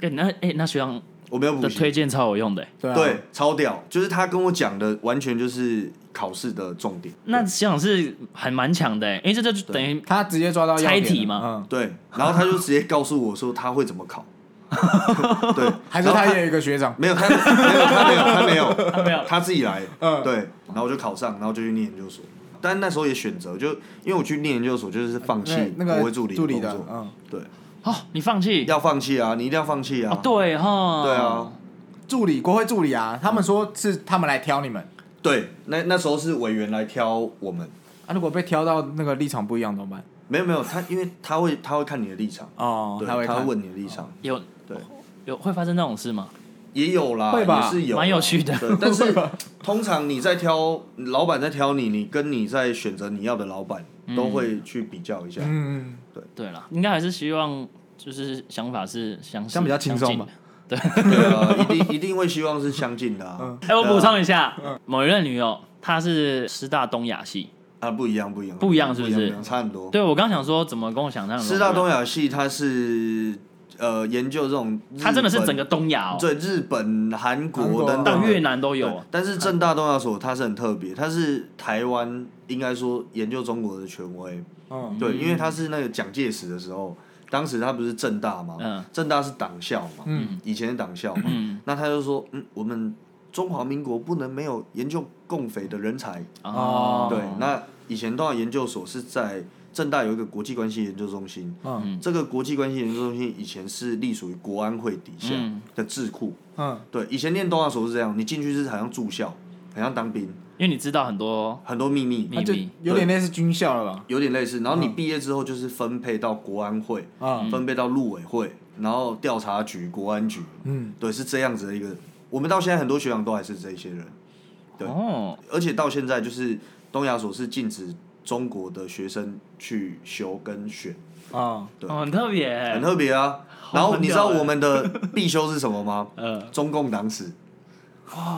[SPEAKER 1] 哎，那哎那学长
[SPEAKER 2] 我没有补
[SPEAKER 1] 的推
[SPEAKER 2] 习，
[SPEAKER 1] 荐超有用的，哎
[SPEAKER 3] 对啊，
[SPEAKER 2] 对，超屌，就是他跟我讲的，完全就是考试的重点。
[SPEAKER 1] 那学长是还蛮强的，哎，因为这就等于
[SPEAKER 3] 他直接抓到要点
[SPEAKER 1] 猜
[SPEAKER 3] 了
[SPEAKER 1] 题嘛，
[SPEAKER 2] 对，然后他就直接告诉我说他会怎么 考。对，
[SPEAKER 3] 嗯，还是
[SPEAKER 2] 然后
[SPEAKER 3] 他也有一个学长，
[SPEAKER 2] 没有他没有他没有他没有
[SPEAKER 1] 他没有
[SPEAKER 2] 他自己来。
[SPEAKER 3] 嗯
[SPEAKER 2] 对，然后我就考上，然后就去念研究所。但那时候也选择，就因为我去念研究所，就是放弃
[SPEAKER 3] 那
[SPEAKER 2] 国
[SPEAKER 3] 个
[SPEAKER 2] 会助理
[SPEAKER 3] 助理
[SPEAKER 2] 工
[SPEAKER 3] 的，
[SPEAKER 2] 作。
[SPEAKER 3] 嗯，
[SPEAKER 2] 对，
[SPEAKER 1] 哦，你放弃
[SPEAKER 2] 要放弃啊，你一定要放弃啊
[SPEAKER 1] 哦，。对哈，
[SPEAKER 2] 对啊，，
[SPEAKER 3] 助理国会助理啊，他们说是他们来挑你们，
[SPEAKER 2] 对，那那时候是委员来挑我们，
[SPEAKER 3] 啊，如果被挑到那个立场不一样怎么办？
[SPEAKER 2] 没有没有，他因为他会他会看你的立场。
[SPEAKER 3] 哦，
[SPEAKER 2] 对，
[SPEAKER 3] 他会
[SPEAKER 2] 他
[SPEAKER 3] 看哦
[SPEAKER 2] 会问你的立场，
[SPEAKER 1] 有
[SPEAKER 2] 对，
[SPEAKER 1] 有会发生这种事吗？
[SPEAKER 2] 也有啦，
[SPEAKER 3] 会吧
[SPEAKER 2] 也是有啦，啊
[SPEAKER 1] 蛮有趣的
[SPEAKER 2] 对，但是通常你在挑老板在挑你，你跟你在选择你要的老板，
[SPEAKER 1] 嗯
[SPEAKER 2] 都会去比较一下。
[SPEAKER 3] 嗯，
[SPEAKER 1] 对了，应该还是希望就是想法是相
[SPEAKER 3] 这样比较轻松吧。
[SPEAKER 2] 对啊，一定一定会希望是相近的啊。嗯
[SPEAKER 1] 哎、我补充一下，某一任女友她是师大东亚系，
[SPEAKER 2] 啊，不一样，不一样，
[SPEAKER 1] 不一样是不是
[SPEAKER 2] 不一样差很多。
[SPEAKER 1] 对啊我刚想说怎么跟我想象的
[SPEAKER 2] 哦师大东亚系它是呃研究这种日本，
[SPEAKER 1] 她真的是整个东亚哦、
[SPEAKER 2] 对日本、韩
[SPEAKER 3] 韩
[SPEAKER 2] 国
[SPEAKER 3] 国
[SPEAKER 2] 等
[SPEAKER 1] 到
[SPEAKER 2] 等
[SPEAKER 1] 越南都有
[SPEAKER 2] 对
[SPEAKER 1] 啊，
[SPEAKER 2] 但是正大东亚所它是很特别，它是台湾应该说研究中国的权威。
[SPEAKER 3] 嗯，
[SPEAKER 2] 对，因为他是那个蒋介石的时候，当时他不是政大嘛，
[SPEAKER 1] 嗯
[SPEAKER 2] 政大是党校嘛，以前的党校嘛，那他就说，嗯，我们中华民国不能没有研究共匪的人才，
[SPEAKER 1] 哦，
[SPEAKER 2] 对，那以前东亚研究所是在政大有一个国际关系研究中心，
[SPEAKER 3] 嗯
[SPEAKER 2] 这个国际关系研究中心以前是隶属于国安会底下
[SPEAKER 1] 嗯
[SPEAKER 2] 的智库，
[SPEAKER 3] 嗯，
[SPEAKER 2] 对，以前念东亚所是这样，你进去是好像住校，好像当兵，
[SPEAKER 1] 因为你知道很多
[SPEAKER 2] 很多秘密。
[SPEAKER 1] 秘
[SPEAKER 3] 那就
[SPEAKER 1] 密
[SPEAKER 3] 有点类似军校了吧？
[SPEAKER 2] 有点类似，然后你毕业之后就是分配到国安会，
[SPEAKER 3] 啊，
[SPEAKER 2] 分配到陆委会，然后调查局、国安局，
[SPEAKER 3] 嗯，
[SPEAKER 2] 对，是这样子的一个。我们到现在很多学长都还是这一些人，对
[SPEAKER 1] 哦，
[SPEAKER 2] 而且到现在就是东亚所是禁止中国的学生去修跟选，
[SPEAKER 3] 啊，
[SPEAKER 2] 对
[SPEAKER 1] 哦，很特别欸，
[SPEAKER 2] 很特别啊。然后你知道我们的必修是什么吗？
[SPEAKER 1] 呃，
[SPEAKER 2] 中共党史、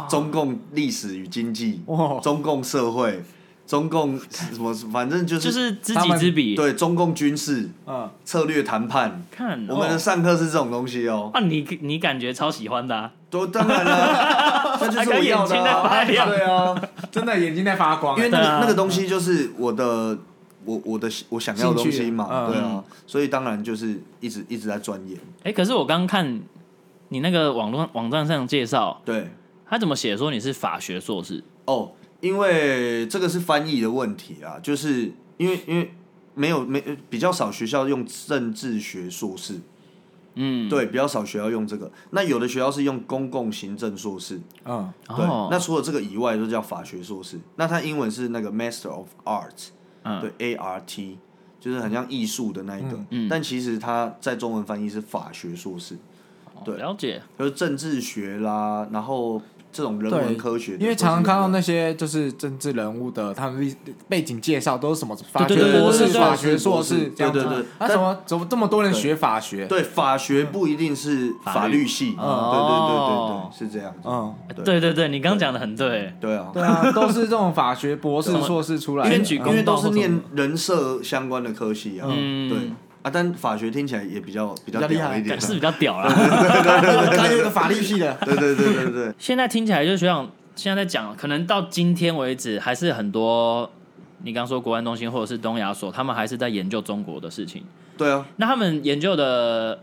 [SPEAKER 2] 中共历史与经济
[SPEAKER 3] 哇、
[SPEAKER 2] 中共社会、中共什么，反正就
[SPEAKER 1] 就是是知
[SPEAKER 3] 他
[SPEAKER 1] 己
[SPEAKER 3] 们
[SPEAKER 1] 知彼。
[SPEAKER 2] 对中共军事
[SPEAKER 3] 嗯，
[SPEAKER 2] 策略谈判。
[SPEAKER 1] 看
[SPEAKER 2] 我们的
[SPEAKER 1] 哦
[SPEAKER 2] 上课是这种东西哦，
[SPEAKER 1] 啊，你你感觉超喜欢的啊，
[SPEAKER 2] 都当 然了，那就是我要
[SPEAKER 1] 还
[SPEAKER 2] 的、啊，
[SPEAKER 1] 跟眼睛在发亮
[SPEAKER 2] 对啊，
[SPEAKER 3] 真的眼睛在发光
[SPEAKER 2] 因为那
[SPEAKER 1] 对啊
[SPEAKER 2] 个那个东西就是我的，我我的我想要的东西嘛，
[SPEAKER 3] 兴趣嗯
[SPEAKER 2] 对啊，所以当然就是一直一直在钻研，
[SPEAKER 1] 哎、可是我刚看你那个网络网站上介绍，
[SPEAKER 2] 对，
[SPEAKER 1] 他怎么写说你是法学硕士？
[SPEAKER 2] 哦，因为这个是翻译的问题啊，就是因为因为没有没比较少学校用政治学硕士，
[SPEAKER 1] 嗯，
[SPEAKER 2] 对，比较少学校用这个，那有的学校是用公共行政硕士，
[SPEAKER 3] 嗯，
[SPEAKER 2] 对，
[SPEAKER 1] 哦，
[SPEAKER 2] 那除了这个以外，就叫法学硕士。那它英文是那个 Master of Arts，、
[SPEAKER 1] 嗯
[SPEAKER 2] 对，A R T，就是很像艺术的那一个。
[SPEAKER 1] 嗯
[SPEAKER 2] 但其实它在中文翻译是法学硕士，对
[SPEAKER 1] 了解，
[SPEAKER 2] 就是政治学啦，然后这种人文
[SPEAKER 3] 对
[SPEAKER 2] 科学的
[SPEAKER 3] 因为常常看到
[SPEAKER 2] 都是有的
[SPEAKER 3] 那些就是政治人物的他们历背景介绍都是什么法
[SPEAKER 1] 对对
[SPEAKER 3] 学
[SPEAKER 1] 对
[SPEAKER 3] 博士、
[SPEAKER 1] 对对
[SPEAKER 3] 法学硕士
[SPEAKER 2] 对
[SPEAKER 3] 这样子，
[SPEAKER 2] 对对对
[SPEAKER 3] 那怎么怎么这么多人学法学？
[SPEAKER 2] 对法学不一定是法律系，
[SPEAKER 1] 哦
[SPEAKER 2] 对对对对对，是这样子。
[SPEAKER 3] 嗯，
[SPEAKER 1] 对
[SPEAKER 2] 对
[SPEAKER 1] 对对，你刚讲的很对，
[SPEAKER 2] 对啊，
[SPEAKER 3] 对啊，都是这种法学博 士、硕士出来
[SPEAKER 2] 因
[SPEAKER 3] 的，
[SPEAKER 1] 选
[SPEAKER 2] 为
[SPEAKER 1] 举公
[SPEAKER 2] 因为
[SPEAKER 1] 报
[SPEAKER 2] 都
[SPEAKER 1] 或
[SPEAKER 2] 是
[SPEAKER 1] 什么
[SPEAKER 2] 念人社相关的科系啊，
[SPEAKER 1] 嗯
[SPEAKER 2] 对啊，但法学听起来也比较比较
[SPEAKER 3] 比较厉
[SPEAKER 2] 屌
[SPEAKER 3] 害
[SPEAKER 2] 一点
[SPEAKER 1] 感
[SPEAKER 2] 啊，
[SPEAKER 1] 是比较屌啦。
[SPEAKER 3] 还有一个法律系的，
[SPEAKER 2] 对对对对对。
[SPEAKER 1] 现在听起来就是学长现在在讲，可能到今天为止还是很多。你刚说国安中心或者是东亚所，他们还是在研究中国的事情。
[SPEAKER 2] 对啊，
[SPEAKER 1] 那他们研究的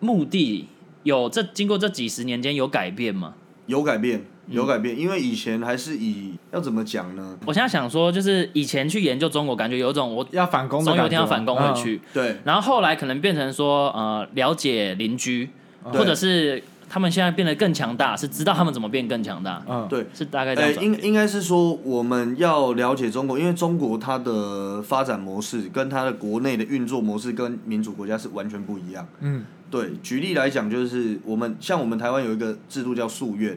[SPEAKER 1] 目的有这经过这几十年间有改变吗？
[SPEAKER 2] 有改变，
[SPEAKER 1] 嗯
[SPEAKER 2] 有改变，因为以前还是以要怎么讲呢？
[SPEAKER 1] 我现在想说，就是以前去研究中国，感觉有一种我
[SPEAKER 3] 要反攻的
[SPEAKER 1] 总有一
[SPEAKER 3] 感
[SPEAKER 1] 天
[SPEAKER 3] 觉
[SPEAKER 1] 要反攻回，去。
[SPEAKER 2] 对
[SPEAKER 1] 然后后来可能变成说，呃，了解邻居，
[SPEAKER 2] 对
[SPEAKER 1] 或者是他们现在变得更强大，是知道他们怎么变更强大，
[SPEAKER 3] 嗯，嗯，
[SPEAKER 2] 对，
[SPEAKER 1] 是大概这
[SPEAKER 2] 呃，
[SPEAKER 1] 样转
[SPEAKER 2] 应
[SPEAKER 1] 变。
[SPEAKER 2] 应该是说我们要了解中国，因为中国它的发展模式跟它的国内的运作模式跟民主国家是完全不一样。
[SPEAKER 3] 嗯，
[SPEAKER 2] 对，举例来讲，就是我们像我们台湾有一个制度叫诉愿，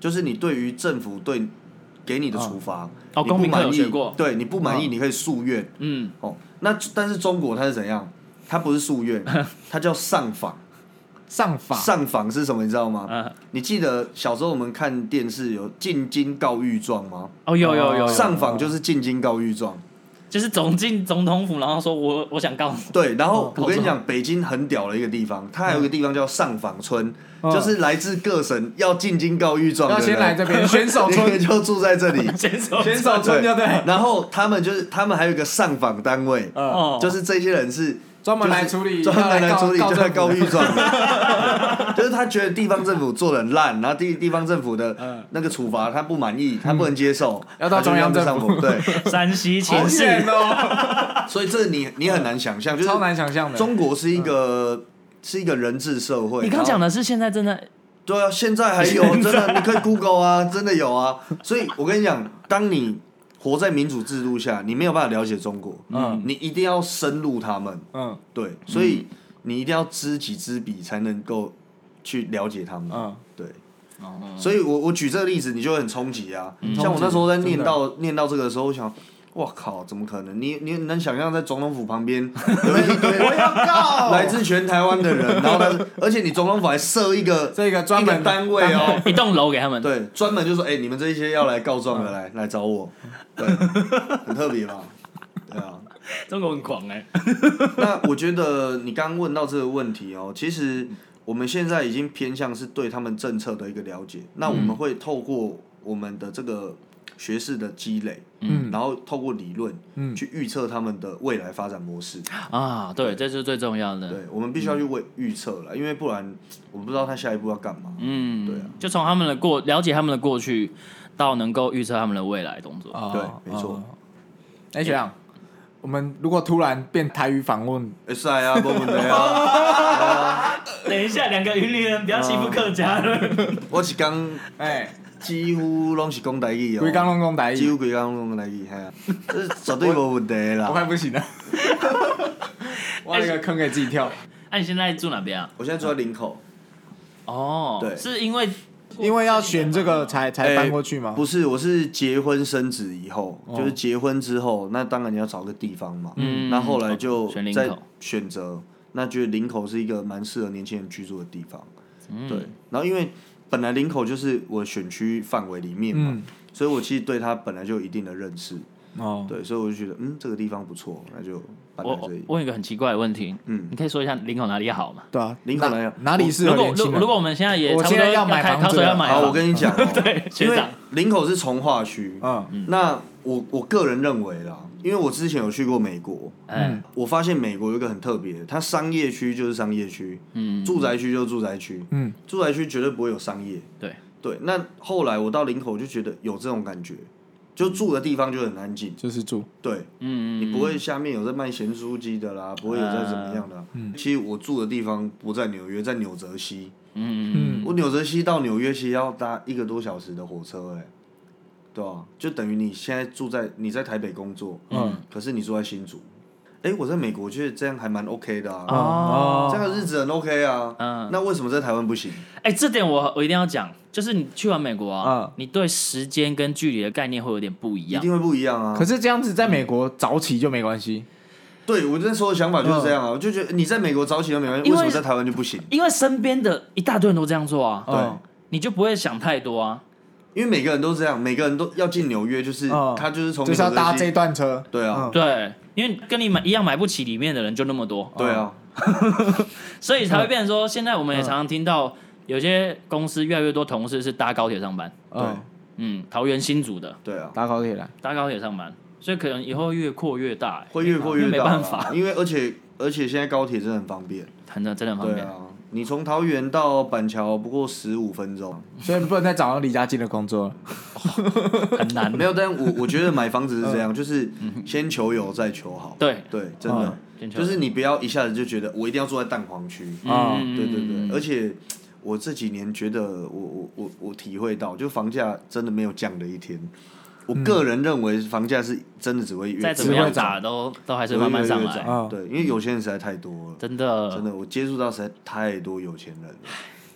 [SPEAKER 2] 就是你对于政府对给你的处罚，
[SPEAKER 1] 哦
[SPEAKER 2] 你
[SPEAKER 1] 公
[SPEAKER 2] 不
[SPEAKER 1] 民课有
[SPEAKER 2] 满意
[SPEAKER 1] 学过，哦
[SPEAKER 2] 对你不满意，你可以诉愿。
[SPEAKER 1] 嗯，
[SPEAKER 2] 哦，那但是中国它是怎样？它不是 诉愿，它叫上访。
[SPEAKER 3] 上法，
[SPEAKER 2] 上访是什么？你知道吗？
[SPEAKER 1] 嗯
[SPEAKER 2] 你记得小时候我们看电视有进京告御状吗？
[SPEAKER 1] 哦，有有有有，
[SPEAKER 2] 上访就是进京告御状。
[SPEAKER 1] 就是总进总统府，然后说我我想告诉。
[SPEAKER 2] 对，然
[SPEAKER 3] 哦
[SPEAKER 2] 后我跟你讲，北京很屌的一个地方，它还有一个地方叫上访村，
[SPEAKER 3] 嗯
[SPEAKER 2] 就是来自各省要进京告御状的
[SPEAKER 3] 要
[SPEAKER 2] 人，
[SPEAKER 3] 先来这边选手
[SPEAKER 2] 你
[SPEAKER 3] 村，
[SPEAKER 2] 就住在这 里
[SPEAKER 1] 选手，
[SPEAKER 3] 选手村对不对？
[SPEAKER 2] 然后他们就是他们还有一个上访单位，
[SPEAKER 3] 嗯，
[SPEAKER 1] 哦，
[SPEAKER 2] 就是这些人是
[SPEAKER 3] 专门来
[SPEAKER 2] 就是
[SPEAKER 3] 处理
[SPEAKER 2] 专门来处理
[SPEAKER 3] 要来告
[SPEAKER 2] 就在
[SPEAKER 3] 告
[SPEAKER 2] 告
[SPEAKER 3] 政
[SPEAKER 2] 御状 的，就是他觉得地方政府做的很烂，然后地地方政府的那个处罚他不满意，他不能接受，
[SPEAKER 3] 嗯要到中央政府
[SPEAKER 2] 他就让他上对，
[SPEAKER 1] 山西
[SPEAKER 3] 好
[SPEAKER 1] 情
[SPEAKER 3] 远
[SPEAKER 1] 势，
[SPEAKER 3] 哦，
[SPEAKER 2] 所以这你你很难想 象，就是
[SPEAKER 3] 超难想象的。
[SPEAKER 2] 中国是一
[SPEAKER 3] 嗯
[SPEAKER 2] 个是一个人治社会。
[SPEAKER 1] 你刚讲
[SPEAKER 2] 然后
[SPEAKER 1] 的是现在正在
[SPEAKER 2] 对啊，现在还 有真的，你可以 Google 啊，真的有啊。所以我跟你讲，当你活在民主制度下，你没有办法了解中国，
[SPEAKER 3] 嗯
[SPEAKER 2] 你一定要深入他们。
[SPEAKER 3] 嗯
[SPEAKER 2] 对，所以你一定要知己知彼，才能够去了解他们。
[SPEAKER 3] 嗯，
[SPEAKER 2] 对，所以我我举这个例子，你就会很冲击啊。像我那时候在
[SPEAKER 3] 嗯冲击
[SPEAKER 2] 念
[SPEAKER 3] 真的
[SPEAKER 2] 到念到这个的时候，我想，哇靠，怎么可能？你你能想象在总统府旁边有一堆
[SPEAKER 3] 我要 告
[SPEAKER 2] 来自全台湾的人，然后他，而且你总统府还设一个
[SPEAKER 3] 这个专
[SPEAKER 2] 一个
[SPEAKER 3] 门的
[SPEAKER 2] 单位哦。
[SPEAKER 1] 一栋楼给他们，
[SPEAKER 2] 对，专门就说，哎、你们这一些要来告状的来来找我，对，很特别吧？对啊。
[SPEAKER 1] 中国很狂哎，
[SPEAKER 2] 那我觉得你刚刚问到这个问题哦，其实我们现在已经偏向是对他们政策的一个了解。那我们会透过我们的这个学士的积累，
[SPEAKER 3] 嗯
[SPEAKER 2] 然后透过理论，
[SPEAKER 3] 嗯
[SPEAKER 2] 去预测他们的未来发展模式。
[SPEAKER 1] 啊，对，这是最重要的，
[SPEAKER 3] 嗯
[SPEAKER 2] 对，我们必须要去为预测了，因为不然我们不知道他下一步要干嘛。
[SPEAKER 1] 嗯，
[SPEAKER 2] 对啊，
[SPEAKER 1] 就从他们的过了解他们的过去，到能够预测他们的未来动作。
[SPEAKER 3] 哦
[SPEAKER 2] 对没错
[SPEAKER 3] 哦哎，学长，我们如果突然变台语访问，
[SPEAKER 2] 哎，是啊，不不对 啊，
[SPEAKER 1] 等一下，两个云林人不要欺负客家人。
[SPEAKER 2] 我是讲
[SPEAKER 3] 哎，
[SPEAKER 2] 几乎拢是讲台语
[SPEAKER 3] 龟缸
[SPEAKER 2] 哦，
[SPEAKER 3] 龙宫台
[SPEAKER 2] 几
[SPEAKER 3] 语，
[SPEAKER 2] 乎规工拢讲台语，系啊，这是绝对无问题的
[SPEAKER 3] 我
[SPEAKER 2] 啦。哎
[SPEAKER 3] 快不行了，挖了一个坑给自己跳。
[SPEAKER 1] 那、你现在住哪边啊？
[SPEAKER 2] 我现在住在林口，
[SPEAKER 1] 哦，
[SPEAKER 2] 对
[SPEAKER 1] 是因为
[SPEAKER 3] 因为要选这个才才
[SPEAKER 2] 哎
[SPEAKER 3] 搬过去吗？哦
[SPEAKER 2] 不是，我是结婚生子以后，就是结婚之后，那当然你要找个地方嘛。
[SPEAKER 1] 嗯
[SPEAKER 2] 那后来就
[SPEAKER 1] 选林
[SPEAKER 2] 在
[SPEAKER 1] 口
[SPEAKER 2] 选择，那觉得林口是一个蛮适合年轻人居住的地方。
[SPEAKER 1] 嗯
[SPEAKER 2] 对，然后因为本来林口就是我选区范围里面嘛，
[SPEAKER 3] 嗯
[SPEAKER 2] 所以我其实对它本来就有一定的认识。
[SPEAKER 3] 哦，
[SPEAKER 2] 对，所以我就觉得，嗯，这个地方不错，那就搬
[SPEAKER 1] 我
[SPEAKER 2] 来
[SPEAKER 1] 我
[SPEAKER 2] 这里。
[SPEAKER 1] 问一个很奇怪的问题，
[SPEAKER 2] 嗯
[SPEAKER 1] 你可以说一下林口哪里好吗？
[SPEAKER 3] 对啊，
[SPEAKER 2] 林口来
[SPEAKER 3] 哪
[SPEAKER 2] 讲
[SPEAKER 3] 哪里适
[SPEAKER 1] 如
[SPEAKER 3] 合
[SPEAKER 1] 果
[SPEAKER 3] 年
[SPEAKER 1] 如
[SPEAKER 3] 轻
[SPEAKER 1] 果
[SPEAKER 3] 人？
[SPEAKER 1] 如果我们现在也
[SPEAKER 3] 啊我
[SPEAKER 1] 差不多
[SPEAKER 3] 现在要
[SPEAKER 1] 要
[SPEAKER 3] 买
[SPEAKER 1] 开
[SPEAKER 3] 房子
[SPEAKER 1] 掏手
[SPEAKER 3] 了
[SPEAKER 1] 要买
[SPEAKER 2] 好，
[SPEAKER 1] 房
[SPEAKER 2] 我跟你讲、哦，
[SPEAKER 1] 对
[SPEAKER 2] 因
[SPEAKER 1] 学
[SPEAKER 2] 为
[SPEAKER 1] 长
[SPEAKER 2] 林口是从化区，
[SPEAKER 3] 嗯，
[SPEAKER 2] 那我我个人认为啦，因为我之前有去过美国，
[SPEAKER 1] 嗯
[SPEAKER 2] 我发现美国有一个很特别的，它商业区就是商业区，
[SPEAKER 1] 嗯
[SPEAKER 2] 住宅区就是住宅区，
[SPEAKER 3] 嗯，
[SPEAKER 2] 住宅区绝对不会有商业。
[SPEAKER 1] 对
[SPEAKER 2] 对，那后来我到林口就觉得有这种感觉，就住的地方就很安静，
[SPEAKER 3] 就是住
[SPEAKER 2] 对
[SPEAKER 1] 嗯
[SPEAKER 2] 你不会下面有在卖咸酥鸡的啦，不会有在怎么样的
[SPEAKER 1] 啊
[SPEAKER 2] 啦。其实我住的地方不在纽约，在纽泽西。
[SPEAKER 1] 嗯
[SPEAKER 2] 我纽泽西到纽约其实要搭一个多小时的火车、欸，哎，对啊，就等于你现在住在你在台北工作，嗯，可是你住在新竹，哎、我在美国觉得这样还蛮 OK 的啊，
[SPEAKER 1] 哦
[SPEAKER 2] 这样的日子很 OK 啊，
[SPEAKER 1] 嗯
[SPEAKER 2] 那为什么在台湾不行？
[SPEAKER 1] 哎、这点我我一定要讲，就是你去完美国啊，
[SPEAKER 3] 嗯
[SPEAKER 1] 你对时间跟距离的概念会有点不一
[SPEAKER 2] 一
[SPEAKER 1] 样。
[SPEAKER 2] 定会不一样啊
[SPEAKER 3] 可！是这样子在美国早起就没关系，
[SPEAKER 2] 对我那时候的想法
[SPEAKER 3] 嗯
[SPEAKER 2] 就是这样啊，我就觉得你在美国早起都没关系，
[SPEAKER 1] 因为
[SPEAKER 2] 为什么在台湾就不行？
[SPEAKER 1] 因为身边的一大堆人都这样做啊，
[SPEAKER 2] 对
[SPEAKER 3] 嗯
[SPEAKER 1] 你就不会想太多啊。
[SPEAKER 2] 因为每个人都这样，每个人都要进纽约，就是
[SPEAKER 3] 嗯
[SPEAKER 2] 他就是从
[SPEAKER 3] 就是要
[SPEAKER 2] 纽泽
[SPEAKER 3] 搭
[SPEAKER 2] 西
[SPEAKER 3] 这段车，
[SPEAKER 2] 对啊
[SPEAKER 3] 嗯
[SPEAKER 1] 对，因为跟你买一样买不起里面的人就那么多，
[SPEAKER 2] 对啊，
[SPEAKER 1] 所以才会变成说，现在我们也常常听到有些公司越来越多同事是搭高铁上班，
[SPEAKER 3] 嗯，
[SPEAKER 1] 嗯，桃园新竹的
[SPEAKER 2] 对啊，
[SPEAKER 3] 搭高铁来，
[SPEAKER 1] 搭高铁上班，所以可能以后越扩越大、欸
[SPEAKER 2] 会越过越
[SPEAKER 1] 因为
[SPEAKER 2] 大啦
[SPEAKER 1] 没办法，
[SPEAKER 2] 因为而且而且现在高铁真的很方便。
[SPEAKER 1] 真的真的很方
[SPEAKER 2] 对
[SPEAKER 1] 便。
[SPEAKER 2] 啊，你从桃园到板桥不过十五分钟，
[SPEAKER 3] 所以不能再找到离家近的工作了。
[SPEAKER 1] 很难。
[SPEAKER 2] 没有。但我我觉得买房子是这样，就是先求有再求好。
[SPEAKER 1] 对，
[SPEAKER 2] 对，真的
[SPEAKER 3] 嗯，
[SPEAKER 1] 先求有
[SPEAKER 2] 就是你不要一下子就觉得我一定要住在蛋黄区。
[SPEAKER 3] 啊
[SPEAKER 1] 嗯
[SPEAKER 2] 对对对，而且我这几年觉得我我我我体会到，就房价真的没有降的一天。我个人认为房价是真的只会越
[SPEAKER 1] 再怎
[SPEAKER 2] 只
[SPEAKER 1] 么
[SPEAKER 2] 会
[SPEAKER 1] 样
[SPEAKER 2] 涨
[SPEAKER 1] 打都都还
[SPEAKER 2] 只
[SPEAKER 1] 是
[SPEAKER 2] 会
[SPEAKER 1] 慢慢
[SPEAKER 2] 越来
[SPEAKER 1] 上
[SPEAKER 2] 越
[SPEAKER 1] 来，
[SPEAKER 3] 啊
[SPEAKER 2] 涨。对，因为有钱人实在太多了，
[SPEAKER 1] 真的
[SPEAKER 2] 真的，我接触到实在太多有钱人了，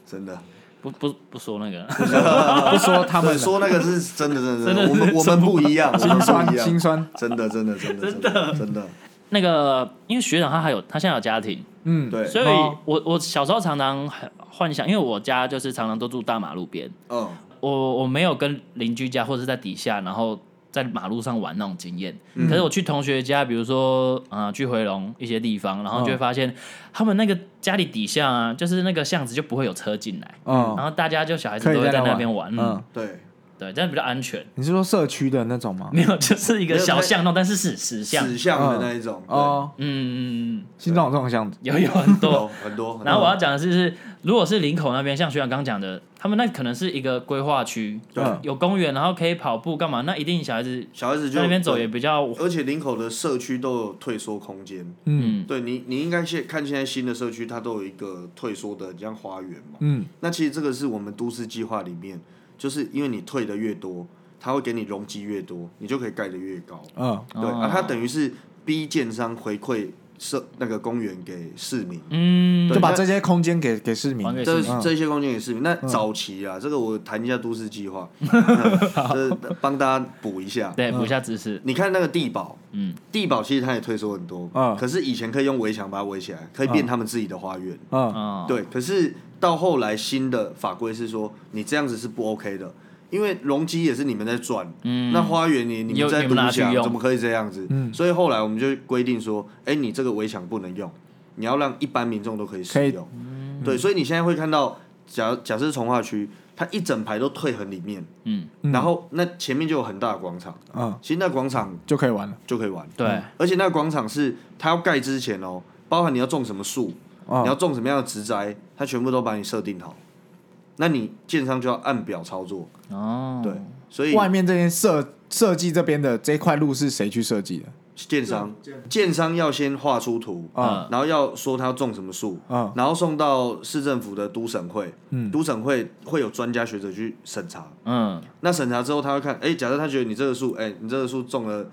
[SPEAKER 2] 真的。
[SPEAKER 1] 不不不说那个，
[SPEAKER 3] 不说他们
[SPEAKER 2] 对
[SPEAKER 3] 了
[SPEAKER 2] 说那个是真的，真的，
[SPEAKER 1] 真
[SPEAKER 2] 真
[SPEAKER 1] 的
[SPEAKER 2] 的，我们我们不一样，我们不
[SPEAKER 3] 心
[SPEAKER 2] 一
[SPEAKER 3] 酸
[SPEAKER 2] 样
[SPEAKER 3] 心，酸，
[SPEAKER 2] 真的，真的，真的，真的，真的，
[SPEAKER 1] 那个因为学长他还有他现在有家庭，
[SPEAKER 3] 嗯，
[SPEAKER 2] 对，
[SPEAKER 1] 所以
[SPEAKER 3] 哦
[SPEAKER 1] 我我小时候常常幻想，因为我家就是常常都住大马路边，
[SPEAKER 2] 嗯，
[SPEAKER 1] 我我没有跟邻居家或者是在底下，然后在马路上玩那种经验。可是我去同学家，比如说啊、呃去回龙一些地方，然后就会发现、他们那个家里底下啊，就是那个巷子就不会有车进来，然
[SPEAKER 3] 嗯，
[SPEAKER 1] 后大家就小孩子
[SPEAKER 3] 可以
[SPEAKER 1] 都会
[SPEAKER 3] 在
[SPEAKER 1] 在那
[SPEAKER 3] 那
[SPEAKER 1] 边玩，
[SPEAKER 3] 玩
[SPEAKER 1] 嗯
[SPEAKER 3] 嗯，
[SPEAKER 2] 对，
[SPEAKER 1] 对，这样比较安全。
[SPEAKER 3] 你是说社区的那种吗？
[SPEAKER 1] 没有，就是一个
[SPEAKER 2] 没有
[SPEAKER 1] 小
[SPEAKER 2] 它
[SPEAKER 1] 巷弄，但是是石巷。
[SPEAKER 2] 指向的那一种，哦，
[SPEAKER 3] 嗯哦，
[SPEAKER 1] 嗯，嗯嗯嗯
[SPEAKER 3] 新庄有这种巷子，
[SPEAKER 1] 有有很多。
[SPEAKER 2] 有很多，很多
[SPEAKER 1] 然后我要讲的是，是如果是林口那边，像学长刚讲的，他们那可能是一个规划区，
[SPEAKER 2] 对
[SPEAKER 3] 嗯
[SPEAKER 1] 有公园，然后可以跑步干嘛？那一定小孩子
[SPEAKER 2] 小孩子就
[SPEAKER 1] 在那边走也
[SPEAKER 2] 对
[SPEAKER 1] 比较，
[SPEAKER 2] 而且林口的社区都有退缩空间，
[SPEAKER 3] 嗯
[SPEAKER 1] 嗯，
[SPEAKER 2] 对你，你应该现看现在新的社区，它都有一个退缩的，像花园嘛，
[SPEAKER 3] 嗯，
[SPEAKER 2] 那其实这个是我们都市计划里面，就是因为你退的越多，它会给你容积越多，你就可以盖得越高，
[SPEAKER 3] 嗯，
[SPEAKER 2] 对
[SPEAKER 1] 哦
[SPEAKER 2] 啊，它等于是逼建商回馈社那个公园给市民，嗯
[SPEAKER 1] 嗯，
[SPEAKER 3] 就把这些空间给给市民
[SPEAKER 1] 还，给
[SPEAKER 2] 这
[SPEAKER 1] 市民
[SPEAKER 2] 这些空间给市民。那早期啊，这个我谈一下都市计 划，嗯这帮大家补一下。
[SPEAKER 1] 对补一下知识，
[SPEAKER 2] 你看那个地堡，
[SPEAKER 1] 嗯，
[SPEAKER 2] 地堡其实它也退缩很多，
[SPEAKER 3] 嗯
[SPEAKER 2] 可是以前可以用围墙把它围起来，可以变他们自己的花园，
[SPEAKER 3] 嗯
[SPEAKER 1] 哦，
[SPEAKER 2] 对。可是到后来新的法规是说，你这样子是不 OK 的，因为容积也是你们在赚，
[SPEAKER 1] 嗯
[SPEAKER 2] 那花园你你
[SPEAKER 1] 有
[SPEAKER 2] 们在
[SPEAKER 1] 你
[SPEAKER 2] 独
[SPEAKER 1] 们拿去
[SPEAKER 2] 享，
[SPEAKER 1] 用
[SPEAKER 2] 怎么可以这样子？
[SPEAKER 3] 嗯
[SPEAKER 2] 所以后来我们就规定说，哎、你这个围墙不能用，你要让一般民众都可以使
[SPEAKER 3] 可以
[SPEAKER 2] 用。
[SPEAKER 1] 嗯
[SPEAKER 2] 对，所以你现在会看到，假假设是从化区，它一整排都退很里面，
[SPEAKER 1] 嗯，
[SPEAKER 3] 嗯
[SPEAKER 2] 然后那前面就有很大的广场，
[SPEAKER 3] 嗯，
[SPEAKER 2] 其实那广场
[SPEAKER 3] 就可以玩了，
[SPEAKER 2] 就可以玩。
[SPEAKER 1] 对，
[SPEAKER 2] 而且那个广场是它要盖之前哦，包含你要种什么树，你要
[SPEAKER 3] 嗯，
[SPEAKER 2] 种什么样的植栽，它全部都把你设定好。那你建商就要按表操作，
[SPEAKER 1] 哦，
[SPEAKER 2] 对，所以
[SPEAKER 3] 外面这边设设计这边的这块路是谁去设计的？
[SPEAKER 2] 建商建商要先画出图，
[SPEAKER 1] 嗯
[SPEAKER 2] 然后要说他要种什么树，
[SPEAKER 3] 嗯
[SPEAKER 2] 然后送到市政府的都审会，都审会会有专家学者去审查。
[SPEAKER 1] 嗯，
[SPEAKER 2] 那审查之后，他会看，哎、假设他觉得你这个树，哎、你这个树种了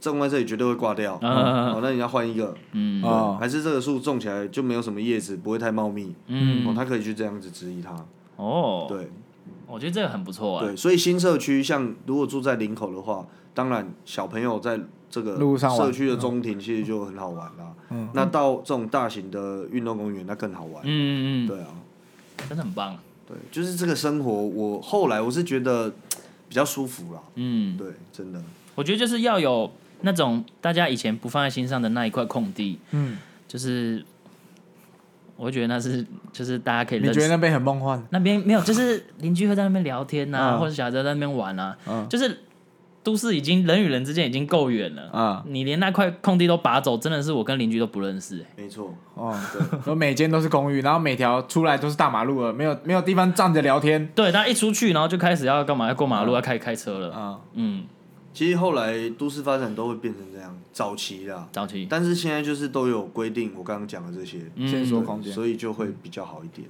[SPEAKER 2] 种在这里绝对会挂掉，
[SPEAKER 1] 嗯
[SPEAKER 2] 哦，那你要换一个，
[SPEAKER 1] 嗯
[SPEAKER 3] 哦
[SPEAKER 2] 还是这个树种起来就没有什么叶子，不会太茂密，哦，
[SPEAKER 1] 嗯，
[SPEAKER 2] 他可以去这样子质疑它，
[SPEAKER 1] 哦，
[SPEAKER 2] 对
[SPEAKER 1] 我觉得这个很不错哎、
[SPEAKER 2] 对，所以新社区像如果住在林口的话，当然小朋友在这个
[SPEAKER 3] 路上玩嗯
[SPEAKER 2] 社区的中庭其实就很好玩啦，那到这种大型的运动公园那更好玩，
[SPEAKER 1] 嗯嗯
[SPEAKER 2] 对啊，
[SPEAKER 1] 嗯，真的很棒，
[SPEAKER 2] 对，就是这个生活，我后来我是觉得比较舒服啦，
[SPEAKER 1] 嗯，
[SPEAKER 2] 对，真的，
[SPEAKER 1] 我觉得就是要有那种大家以前不放在心上的那一块空地，
[SPEAKER 3] 嗯，
[SPEAKER 1] 就是我会觉得那是就是大家可以
[SPEAKER 3] 你
[SPEAKER 1] 认
[SPEAKER 3] 觉得
[SPEAKER 1] 识。
[SPEAKER 3] 那边很梦幻？
[SPEAKER 1] 那边没有，就是邻居会在那边聊天呐、
[SPEAKER 3] 嗯
[SPEAKER 1] 或者小孩子在那边玩啊，
[SPEAKER 3] 嗯
[SPEAKER 1] 就是都市已经人与人之间已经够远了，
[SPEAKER 3] 啊
[SPEAKER 1] 你连那块空地都拔走，真的是我跟邻居都不认识、欸
[SPEAKER 2] 没错，
[SPEAKER 3] 哦，对，每间都是公寓，然后每条出来都是大马路了，没有没有地方站着聊天
[SPEAKER 1] 对，他一出去，然后就开始要干嘛？要过马路，要开开车了。
[SPEAKER 3] 啊。
[SPEAKER 1] 嗯，
[SPEAKER 2] 其实后来都市发展都会变成这样，早期啦，
[SPEAKER 1] 早期。
[SPEAKER 2] 但是现在就是都有规定，我刚刚讲的这些，
[SPEAKER 3] 限
[SPEAKER 1] 嗯，
[SPEAKER 3] 缩
[SPEAKER 2] 对
[SPEAKER 3] 空间
[SPEAKER 2] 所以就会比较好一点。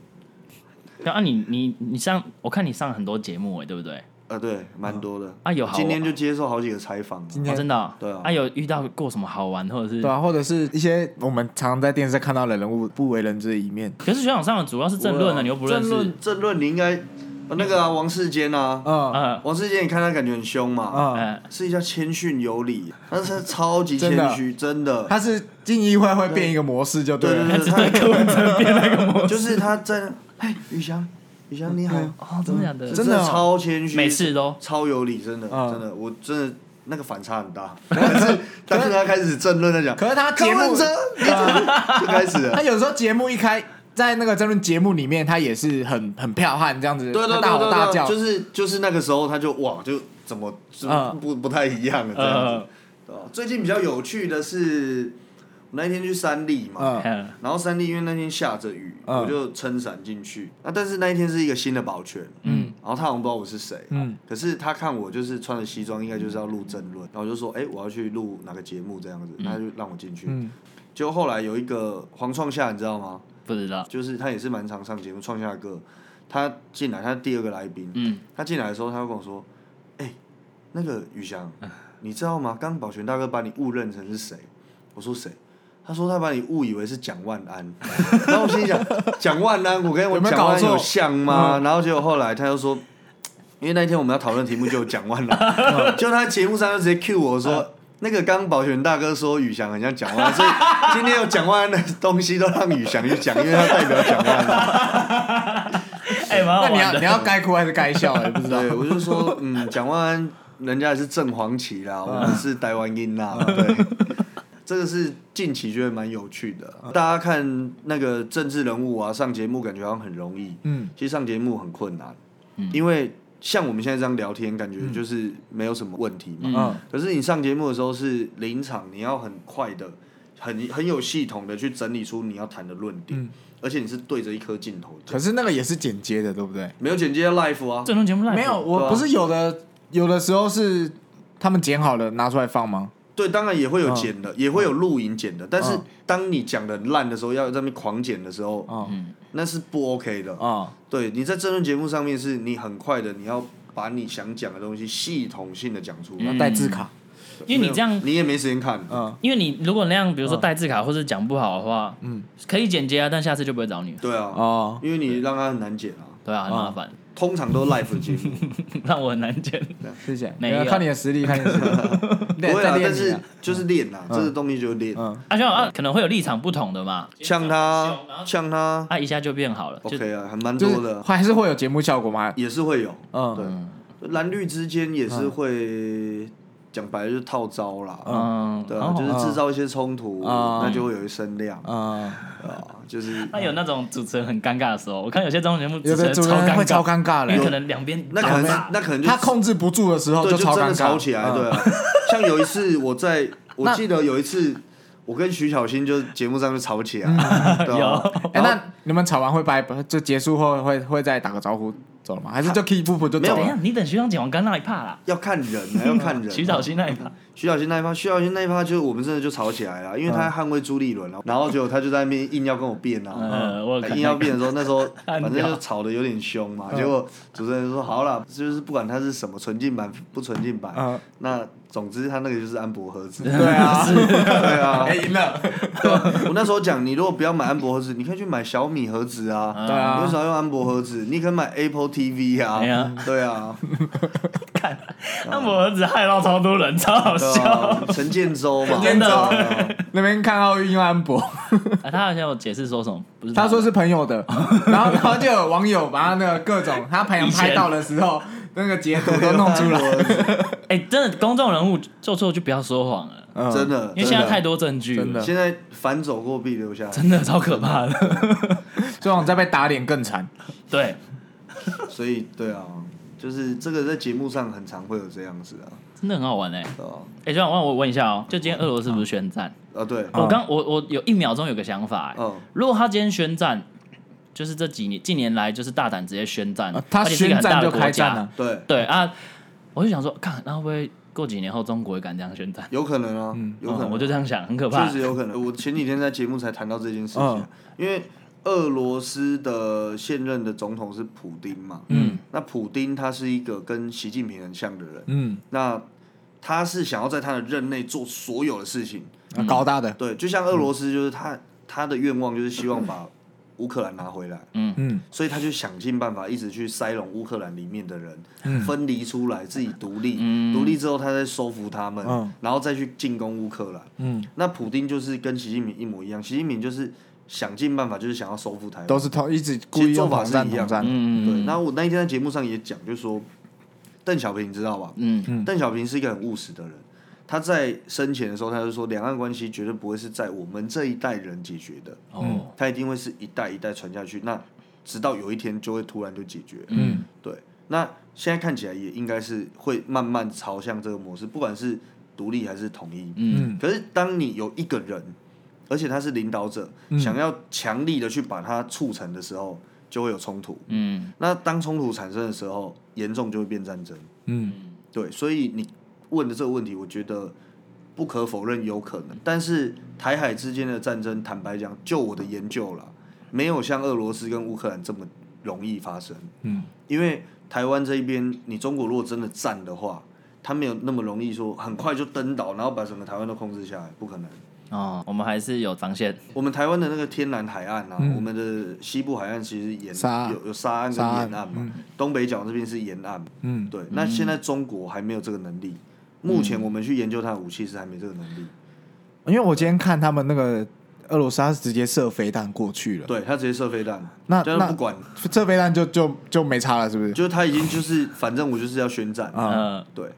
[SPEAKER 1] 对啊，你你你上，我看你上很多节目哎、对不对？
[SPEAKER 2] 啊，对，蛮多的。
[SPEAKER 1] 啊有好
[SPEAKER 2] 今天就接受好几个采访。
[SPEAKER 3] 今
[SPEAKER 1] 哦，
[SPEAKER 3] 天
[SPEAKER 1] 真的哦、
[SPEAKER 2] 对啊
[SPEAKER 1] 有遇到过什么好玩或者是
[SPEAKER 3] 对？啊，或者是一些我们常常在电视看到的人物不为人知的一面。
[SPEAKER 1] 可是学长上的主要是政论啊，你又不认
[SPEAKER 2] 政
[SPEAKER 1] 识。
[SPEAKER 2] 论，政论你应该、呃那个啊，王世坚啊，
[SPEAKER 3] 嗯
[SPEAKER 1] 嗯
[SPEAKER 2] 王世坚，你看他感觉很凶嘛，
[SPEAKER 3] 嗯，
[SPEAKER 1] 嗯，
[SPEAKER 2] 是一家谦逊有礼，但是他超级
[SPEAKER 3] 真的啊
[SPEAKER 2] 谦虚，真的。
[SPEAKER 3] 他是进议会会变一个模式就对
[SPEAKER 2] 对
[SPEAKER 3] 了。
[SPEAKER 2] 对
[SPEAKER 1] 只对柯文哲变那个模
[SPEAKER 2] 对，
[SPEAKER 1] 式。
[SPEAKER 2] 就是他在，哎，宇翔，宇翔你好，
[SPEAKER 1] 哦，真的假的？
[SPEAKER 3] 真的哦
[SPEAKER 2] 超谦虚，
[SPEAKER 1] 每次都
[SPEAKER 2] 超有理，真的，
[SPEAKER 3] 嗯
[SPEAKER 2] 真的，我真的那个反差很大。 但是，但是他开始争论在讲，
[SPEAKER 3] 可是他
[SPEAKER 2] 柯
[SPEAKER 3] 节目啊
[SPEAKER 2] 文哲你怎么就开始
[SPEAKER 3] 他
[SPEAKER 2] 了。
[SPEAKER 3] 有时候节目一开，在那个争论节目里面，他也是很很彪悍这样子，
[SPEAKER 2] 对对对
[SPEAKER 3] 大
[SPEAKER 2] 对
[SPEAKER 3] 吼大叫
[SPEAKER 2] 对，就。是就是那个时候他就哇就怎么就
[SPEAKER 3] 嗯
[SPEAKER 2] 不不太一样了这样
[SPEAKER 1] 呃
[SPEAKER 2] 子， 对啊吧最近比较有趣的是，我那一天去三立嘛，
[SPEAKER 3] 嗯
[SPEAKER 1] 嗯
[SPEAKER 2] 然后三立因为那天下着雨，
[SPEAKER 3] 嗯
[SPEAKER 2] 我就撑伞进去。那但是那一天是一个新的保全，
[SPEAKER 1] 嗯
[SPEAKER 2] 然后他好像不知道我是谁，啊
[SPEAKER 3] 嗯
[SPEAKER 2] 可是他看我就是穿着西装，应该就是要录争论，然后我就说，哎、我要去录哪个节目这样子，他就让我进去。
[SPEAKER 3] 嗯，
[SPEAKER 2] 结果后来有一个黄创夏，你知道吗？
[SPEAKER 1] 不知道。
[SPEAKER 2] 就是他也是蛮常上节目，创夏哥，他进来，他是第二个来宾，
[SPEAKER 1] 嗯，
[SPEAKER 2] 他进来的时候，他就跟我说，哎、那个宇翔，你知道吗？刚保全大哥把你误认成是谁？我说谁？他说他把你误以为是蒋万安，然后我心里想， 蒋万安，我跟我
[SPEAKER 3] 有没有
[SPEAKER 2] 蒋万安
[SPEAKER 3] 搞错嗯
[SPEAKER 2] 有像吗？然后结果后来他又说，因为那天我们要讨论题目就有蒋万
[SPEAKER 3] 嗯
[SPEAKER 2] 安，就他在节目上就直接 cue 我说。那个刚保全大哥说宇翔很像蒋万安，所以今天有蒋万安的东西都让宇翔去讲，因为他代表蒋万安。
[SPEAKER 1] 哎，蛮好
[SPEAKER 3] 那你
[SPEAKER 1] 玩
[SPEAKER 3] 要
[SPEAKER 1] 的。
[SPEAKER 3] 你要该哭还是该笑，也不知道。
[SPEAKER 2] 对，我就说，嗯，蒋万安人家也是正黄旗 啦，我们是台湾音
[SPEAKER 3] 啊
[SPEAKER 2] 啦，对。这个是近期觉得蛮有趣的，
[SPEAKER 3] 啊
[SPEAKER 2] 大家看那个政治人物啊，上节目感觉好像很容易，
[SPEAKER 3] 嗯，
[SPEAKER 2] 其实上节目很困难，因为像我们现在这样聊天，感觉就是没有什么问题嘛。
[SPEAKER 3] 嗯
[SPEAKER 2] 可是你上节目的时候是临场，你要很快的、很很有系统的去整理出你要谈的论点，而且你是对着一颗镜头
[SPEAKER 3] 嗯可
[SPEAKER 2] 讲，
[SPEAKER 3] 是那个也是剪接的，对不对？
[SPEAKER 2] 没有剪接的 life 啊，
[SPEAKER 1] 政论节目 live
[SPEAKER 3] 没有，
[SPEAKER 2] 对
[SPEAKER 3] 我
[SPEAKER 2] 啊
[SPEAKER 3] 不是有的，有的时候是他们剪好了拿出来放吗？
[SPEAKER 2] 对，当然也会有剪的，也会有录影剪的。但是
[SPEAKER 3] 嗯
[SPEAKER 2] 当你讲的烂的时候，要在那边狂剪的时候，
[SPEAKER 3] 哦
[SPEAKER 1] 嗯
[SPEAKER 2] 那是不 OK 的。
[SPEAKER 3] 哦，
[SPEAKER 2] 对，你在争论节目上面是你很快的，你要把你想讲的东西系统性的讲出来。
[SPEAKER 3] 要带字卡，
[SPEAKER 1] 嗯因为你这样
[SPEAKER 2] 没有你也没时间看。
[SPEAKER 3] 嗯，
[SPEAKER 1] 因为你如果那样，比如说带字卡或是讲不好的话，嗯，可以剪接啊，但下次就不会找你了，
[SPEAKER 2] 对啊，
[SPEAKER 3] 哦，
[SPEAKER 2] 因为你让他很难剪啊。
[SPEAKER 1] 对啊，很麻烦，
[SPEAKER 2] 通常都 live 的节 目，
[SPEAKER 1] 让我很难剪。
[SPEAKER 3] 谢谢。
[SPEAKER 1] 没有
[SPEAKER 3] 看你的实力，看你的实 力。
[SPEAKER 2] 不会
[SPEAKER 3] 再
[SPEAKER 2] 啊，
[SPEAKER 3] 练
[SPEAKER 2] 但
[SPEAKER 3] 你
[SPEAKER 2] 是
[SPEAKER 3] 啊
[SPEAKER 2] 就是练啊，这个东西就练。
[SPEAKER 3] 嗯，
[SPEAKER 1] 啊，像啊，可能会有立场不同的嘛，
[SPEAKER 2] 像他，像他
[SPEAKER 1] 啊，一下就变好了，就
[SPEAKER 2] OK 啊，还蛮
[SPEAKER 3] 就
[SPEAKER 2] 多
[SPEAKER 3] 是
[SPEAKER 2] 的，
[SPEAKER 3] 还是会有节目效果吗？
[SPEAKER 2] 也是会有。对
[SPEAKER 3] 嗯，，
[SPEAKER 2] 蓝绿之间也是会讲白了就是套招啦，
[SPEAKER 1] 嗯，
[SPEAKER 2] 对
[SPEAKER 1] 然
[SPEAKER 2] 啊，
[SPEAKER 1] 后
[SPEAKER 2] 就是制造一些冲突，
[SPEAKER 3] 哦嗯
[SPEAKER 2] 那就会有一声量
[SPEAKER 3] 嗯，
[SPEAKER 2] 啊，就是
[SPEAKER 1] 那有那种主持人很尴尬的时候，我看有些综艺节目
[SPEAKER 3] 有
[SPEAKER 1] 主持
[SPEAKER 3] 的
[SPEAKER 1] 人
[SPEAKER 3] 主持
[SPEAKER 1] 超
[SPEAKER 3] 人
[SPEAKER 1] 尴
[SPEAKER 3] 会超
[SPEAKER 1] 尬，
[SPEAKER 3] 尴尬
[SPEAKER 1] 因为可
[SPEAKER 3] 的，
[SPEAKER 1] 能两边啊
[SPEAKER 2] 那可能
[SPEAKER 1] 打
[SPEAKER 2] 那可能就
[SPEAKER 3] 他控制不住的时候
[SPEAKER 2] 对就
[SPEAKER 3] 超
[SPEAKER 2] 真
[SPEAKER 3] 尴
[SPEAKER 2] 的
[SPEAKER 3] 尬，
[SPEAKER 2] 吵起来，
[SPEAKER 3] 嗯
[SPEAKER 2] 对啊。像有一次我在，我
[SPEAKER 3] 那
[SPEAKER 2] 记得有一次我跟徐小新就节目上就吵
[SPEAKER 3] 嗯
[SPEAKER 2] 起来，对啊，
[SPEAKER 3] 哎哎、那你们吵完会拜，就结束后会会再打个招呼，走了吗？还是就 keep 步就走
[SPEAKER 1] 等一
[SPEAKER 3] 了
[SPEAKER 1] 下，？你等徐长讲完刚那一趴啦，
[SPEAKER 2] 要看人啊，要看人。
[SPEAKER 1] 徐小新那一趴，
[SPEAKER 2] 徐小新那一趴，徐小新那一趴就是我们真的就吵起来了，
[SPEAKER 1] 嗯
[SPEAKER 2] 因为他在捍卫朱立伦了，啊然后结果他就在那边硬要跟我辩啊，
[SPEAKER 1] 嗯我有看
[SPEAKER 2] 硬要辩的时候，那时候
[SPEAKER 1] 按
[SPEAKER 2] 反
[SPEAKER 1] 掉嗯
[SPEAKER 2] 正就吵得有点凶嘛，结果主持人就说好了，就是不管他是什么纯净版不纯净版，
[SPEAKER 3] 嗯
[SPEAKER 2] 那总之他那个就是安博 盒子，
[SPEAKER 3] 对 啊，
[SPEAKER 2] 对啊，
[SPEAKER 3] 哎赢了，
[SPEAKER 2] 对啊我那时候讲，你如果不要买安博盒子，你可以去买小米盒子啊，
[SPEAKER 3] 对啊
[SPEAKER 2] 你为什么要用安博盒子？你可以买 Apple TV 啊，
[SPEAKER 1] 嗯哎呀
[SPEAKER 2] 对啊，
[SPEAKER 1] 那我儿子害到超多人，超好
[SPEAKER 2] 对
[SPEAKER 1] 笑。
[SPEAKER 2] 啊，陈建州嘛，
[SPEAKER 1] 建州
[SPEAKER 2] 对啊
[SPEAKER 3] 那边看奥运又安博，
[SPEAKER 1] 啊他好像有解释说什么，不是
[SPEAKER 3] 他说
[SPEAKER 1] 的
[SPEAKER 3] 是朋 友的，然后然后就有网友把他那个各种他朋友
[SPEAKER 1] 以前
[SPEAKER 3] 拍到的时 候，那个截图都弄
[SPEAKER 2] 啊
[SPEAKER 3] 出来，
[SPEAKER 1] 哎、真的公众人物做错就不要说谎了，
[SPEAKER 3] 嗯
[SPEAKER 2] 真的，
[SPEAKER 1] 因为现在太
[SPEAKER 2] 多，
[SPEAKER 1] 多证据了，
[SPEAKER 3] 真的
[SPEAKER 2] 现在反走过必留下来，
[SPEAKER 1] 嗯真的超可怕的。
[SPEAKER 3] 这种再被打脸更惨。
[SPEAKER 1] 对，
[SPEAKER 2] 所以对啊，就是这个在节目上很常会有这样子啊，
[SPEAKER 1] 真的很好玩哎、
[SPEAKER 2] 对吧？
[SPEAKER 1] 哎、就让我我问一下哦、就今天俄罗斯不是宣战？
[SPEAKER 2] 啊，对，
[SPEAKER 3] 嗯
[SPEAKER 1] 我刚我我有一秒钟有个想法、欸，
[SPEAKER 2] 嗯
[SPEAKER 1] 如果他今天宣战，就是这几年近年来就是大胆直接宣战，
[SPEAKER 3] 啊他
[SPEAKER 1] 而且是一个很
[SPEAKER 3] 宣
[SPEAKER 1] 大
[SPEAKER 3] 战
[SPEAKER 1] 的
[SPEAKER 3] 就
[SPEAKER 1] 国
[SPEAKER 3] 开
[SPEAKER 1] 家，
[SPEAKER 3] 战了，
[SPEAKER 2] 对，
[SPEAKER 1] 对啊，我就想说，看那会不会过几年后中国也敢这样宣战？
[SPEAKER 2] 有可能啊，有可能
[SPEAKER 1] 嗯，我就这样想，很可怕
[SPEAKER 2] 确。实有可能。我前几天在节目才谈到这件事情，啊
[SPEAKER 3] 嗯
[SPEAKER 2] 因为俄罗斯的现任的总统是普丁嘛，
[SPEAKER 3] 嗯
[SPEAKER 2] 那普丁他是一个跟习近平很像的人，
[SPEAKER 3] 嗯，
[SPEAKER 2] 那他是想要在他的任内做所有的事情，
[SPEAKER 3] 啊高大的，
[SPEAKER 2] 对，就像俄罗斯就是他、他的愿望就是希望把乌克兰拿回来，
[SPEAKER 3] 嗯，
[SPEAKER 2] 所以他就想尽办法一直去塞拢乌克兰里面的人，
[SPEAKER 3] 嗯
[SPEAKER 2] 分离出来自己独立，独立之后他再收服他们，
[SPEAKER 3] 嗯
[SPEAKER 2] 然后再去进攻乌克兰。
[SPEAKER 3] 嗯
[SPEAKER 2] 那普丁就是跟习近平一模一样，习近平就是想尽办法就是想要收复台湾，
[SPEAKER 3] 都是同一直故
[SPEAKER 2] 其实
[SPEAKER 3] 意
[SPEAKER 2] 做
[SPEAKER 3] 用
[SPEAKER 2] 法
[SPEAKER 3] 统
[SPEAKER 2] 是
[SPEAKER 3] 战
[SPEAKER 2] 一样
[SPEAKER 3] 统
[SPEAKER 2] 的。
[SPEAKER 3] 战，
[SPEAKER 1] 嗯
[SPEAKER 2] 对，然后我那一天在节目上也讲，就是说邓小平你知道吧？
[SPEAKER 1] 嗯
[SPEAKER 2] 邓小平是一个很务实的人。他在生前的时候，他就说，两岸关系绝对不会是在我们这一代人解决的，
[SPEAKER 1] 哦，
[SPEAKER 2] 他一定会是一代一代传下去，那直到有一天就会突然就解决。嗯，对。那现在看起来也应该是会慢慢朝向这个模式，不管是独立还是统一。
[SPEAKER 1] 嗯，
[SPEAKER 2] 可是当你有一个人，而且他是领导者，想要强力的去把它促成的时候，就会有冲突。
[SPEAKER 1] 嗯
[SPEAKER 2] 那当冲突产生的时候，严重就会变战争。
[SPEAKER 3] 嗯
[SPEAKER 2] 对，所以你问的这个问题，我觉得不可否认有可能，但是台海之间的战争，坦白讲，就我的研究啦，没有像俄罗斯跟乌克兰这么容易发生，
[SPEAKER 3] 嗯
[SPEAKER 2] 因为台湾这一边，你中国如果真的战的话，他没有那么容易说很快就登岛，然后把整个台湾都控制下来，不可能。
[SPEAKER 1] 哦，我们还是有防线。
[SPEAKER 2] 我们台湾的那个天然海岸啊，我们的西部海岸其实沿
[SPEAKER 3] 嗯沙
[SPEAKER 2] 有有沙岸跟
[SPEAKER 3] 沙岸
[SPEAKER 2] 沿岸嘛，东北角这边是沿岸，
[SPEAKER 3] 嗯，
[SPEAKER 2] 对，那现在中国还没有这个能力。目前我们去研究它的武器是还没这个能力，
[SPEAKER 3] 嗯因为我今天看他们那个俄罗斯，他是直接射飞弹过去了，
[SPEAKER 2] 对，它直接射飞弹，
[SPEAKER 3] 那
[SPEAKER 2] 就是不管，
[SPEAKER 3] 射飞弹就就就没差了，是不是？
[SPEAKER 2] 就是呃它已经就是，反正我就是要宣战，
[SPEAKER 3] 啊，
[SPEAKER 1] 嗯，
[SPEAKER 2] 对。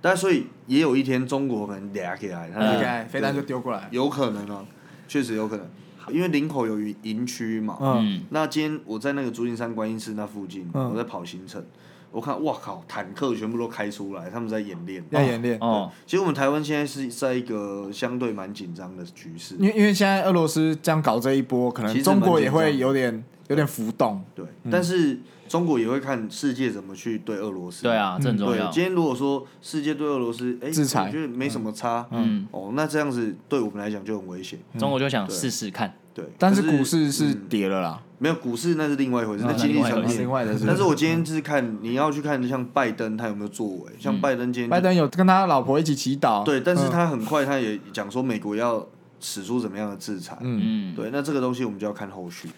[SPEAKER 2] 但所以也有一天中国可能俩起来，它
[SPEAKER 1] 嗯
[SPEAKER 2] 就
[SPEAKER 3] 大概飞弹就丢过来，
[SPEAKER 2] 有可能啊，确实有可能，因为林口有营区嘛，
[SPEAKER 3] 嗯
[SPEAKER 1] 嗯，
[SPEAKER 2] 那今天我在那个竹林山观音寺那附近，
[SPEAKER 3] 嗯
[SPEAKER 2] 我在跑行程，我看哇靠，坦克全部都开出来，他们在演练。
[SPEAKER 3] 要演练，
[SPEAKER 1] 哦，
[SPEAKER 2] 其实我们台湾现在是在一个相对蛮紧张的局势，
[SPEAKER 3] 因为因为现在俄罗斯这样搞这一波，可
[SPEAKER 2] 其
[SPEAKER 3] 能
[SPEAKER 2] 实蛮
[SPEAKER 3] 中国
[SPEAKER 2] 紧
[SPEAKER 3] 也
[SPEAKER 2] 张
[SPEAKER 3] 会有点有点浮动，
[SPEAKER 2] 对，但是中国也会看世界怎么去对俄罗斯。
[SPEAKER 1] 对，
[SPEAKER 3] 嗯
[SPEAKER 1] 啊，这很重
[SPEAKER 2] 对
[SPEAKER 1] 要。，
[SPEAKER 2] 今天如果说世界对俄罗斯，哎，
[SPEAKER 3] 制裁
[SPEAKER 2] 我觉得没什么差，
[SPEAKER 1] 嗯，
[SPEAKER 2] 哦，那这样子对我们来讲就很危险。
[SPEAKER 1] 中国就想
[SPEAKER 2] 对
[SPEAKER 1] 试试看。
[SPEAKER 2] 对，
[SPEAKER 3] 但
[SPEAKER 2] 可
[SPEAKER 3] 是
[SPEAKER 2] 是
[SPEAKER 3] 股市是
[SPEAKER 2] 嗯
[SPEAKER 3] 跌了啦，
[SPEAKER 2] 没有股市那是另外一回事，那
[SPEAKER 1] 那
[SPEAKER 2] 经济
[SPEAKER 1] 啊另外一
[SPEAKER 2] 层
[SPEAKER 1] 回事
[SPEAKER 2] 面。
[SPEAKER 3] 外的
[SPEAKER 2] 但是我今天是看你要去看像拜登他有没有作为，像拜登今天就
[SPEAKER 3] 拜登有跟他老婆一起祈祷，
[SPEAKER 2] 对，但是
[SPEAKER 3] 嗯
[SPEAKER 2] 他很快他也讲说美国要使出怎么样的制裁，
[SPEAKER 3] 嗯，
[SPEAKER 1] 嗯，
[SPEAKER 2] 对，那这个东西我们就要看后续，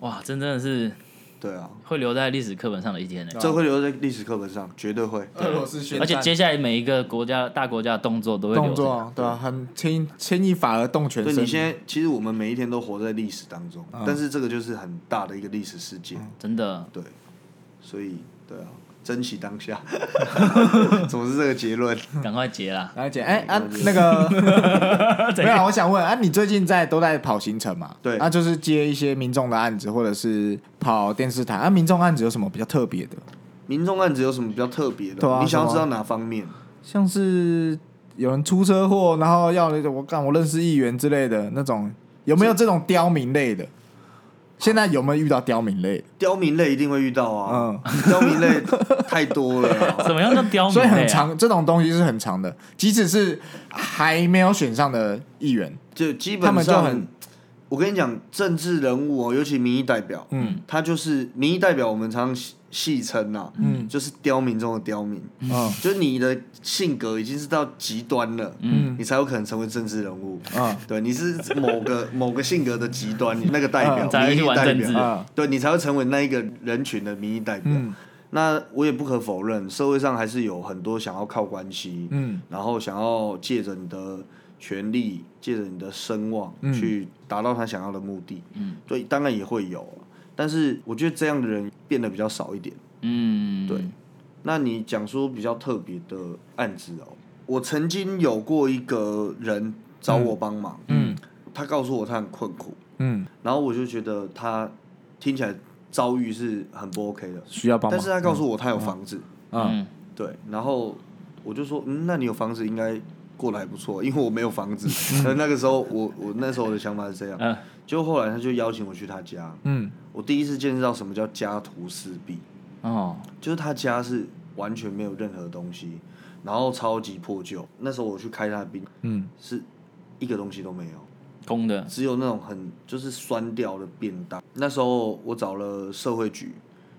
[SPEAKER 1] 哇，真真的是
[SPEAKER 2] 对啊，
[SPEAKER 1] 会留在历史课本上的一天呢。
[SPEAKER 2] 这会留在历史课本上，绝对会，
[SPEAKER 1] 嗯
[SPEAKER 3] 俄罗斯宣
[SPEAKER 1] 而且接下来每一个国家大国家的动作都会留
[SPEAKER 3] 动
[SPEAKER 1] 着
[SPEAKER 3] 作，对啊，很轻轻易反而动全
[SPEAKER 2] 对，
[SPEAKER 3] 身，
[SPEAKER 2] 你现在其实我们每一天都活在历史当中，
[SPEAKER 1] 嗯
[SPEAKER 2] 但是这个就是很大的一个历史事件，
[SPEAKER 1] 真的，
[SPEAKER 2] 对，所以对啊，珍惜 当下，总是这个结论。
[SPEAKER 1] 赶快结啦！
[SPEAKER 3] 来姐，哎啊那个 没有啊，我想问啊，你最近在都在跑行程嘛？
[SPEAKER 2] 对
[SPEAKER 3] 那就是接一些民众的案子，或者是跑电视台啊，民众案子有什么比较特别的？
[SPEAKER 2] 民众案子有什么比较特别的？
[SPEAKER 3] 对啊
[SPEAKER 2] 你想要
[SPEAKER 3] 什么
[SPEAKER 2] 知道哪方面？
[SPEAKER 3] 像是有人出车祸，然后要那种我干我认识议员之类的那种，有没有这种刁民类的？现在有没有遇到刁民类的？
[SPEAKER 2] 刁民类一定会遇到啊，
[SPEAKER 3] 嗯
[SPEAKER 2] 刁民类太多了啊、
[SPEAKER 1] 怎么样叫刁民
[SPEAKER 3] 所以
[SPEAKER 1] 类
[SPEAKER 3] 很
[SPEAKER 1] 啊？
[SPEAKER 3] 长，这种东西是很长的。即使是还没有选上的议员，
[SPEAKER 2] 就基
[SPEAKER 3] 他
[SPEAKER 2] 本
[SPEAKER 3] 们就
[SPEAKER 2] 上
[SPEAKER 3] 很
[SPEAKER 2] 我跟你讲，政治人物哦，尤其民意代表，嗯，他就是民意代表，我们常常戏戏称呐，嗯，就是刁民中的刁民，
[SPEAKER 3] 嗯
[SPEAKER 2] 就是你的性格已经是到极端了，嗯，你才有可能成为政治人物，
[SPEAKER 3] 嗯
[SPEAKER 2] 对，你是某个 某个性格的极端，你那个代表
[SPEAKER 3] 啊
[SPEAKER 1] 嗯，才会
[SPEAKER 2] 民
[SPEAKER 1] 去
[SPEAKER 2] 意
[SPEAKER 1] 玩
[SPEAKER 2] 代
[SPEAKER 1] 政治
[SPEAKER 2] 表，
[SPEAKER 3] 嗯
[SPEAKER 2] 对你才会成为那一个人群的民意代表。
[SPEAKER 3] 嗯
[SPEAKER 2] 那我也不可否认，社会上还是有很多想要靠关系，
[SPEAKER 3] 嗯
[SPEAKER 2] 然后想要借着你的权利，借着你的声望、
[SPEAKER 3] 嗯
[SPEAKER 2] 去达到他想要的目的。嗯，对，当然也会有，但是我觉得这样的人变得比较少一点。
[SPEAKER 1] 嗯，
[SPEAKER 2] 对，那你讲说比较特别的案子哦，我曾经有过一个人找我帮忙，
[SPEAKER 3] 嗯
[SPEAKER 2] 他告诉我他很困苦，
[SPEAKER 3] 嗯，
[SPEAKER 2] 然后我就觉得他听起来遭遇是很不 OK 的，
[SPEAKER 3] 需要帮忙。
[SPEAKER 2] 但是他告诉我他有房子，
[SPEAKER 3] 嗯
[SPEAKER 1] 嗯，
[SPEAKER 2] 对，然后我就说，嗯，那你有房子应该过得还不错，因为我没有房 子。那那个时候我我那时候我的想法是这样，
[SPEAKER 1] 嗯
[SPEAKER 2] 结果后来他就邀请我去他家，
[SPEAKER 3] 嗯
[SPEAKER 2] 我第一次见识到什么叫家徒四壁，
[SPEAKER 1] 哦，
[SPEAKER 2] 就是他家是完全没有任何东西，然后超级破旧。那时候我去开他的冰，
[SPEAKER 3] 嗯
[SPEAKER 2] 是一个东西都没有。
[SPEAKER 1] 公的，
[SPEAKER 2] 只有那种很就是酸掉的便当。那时候我找了社会局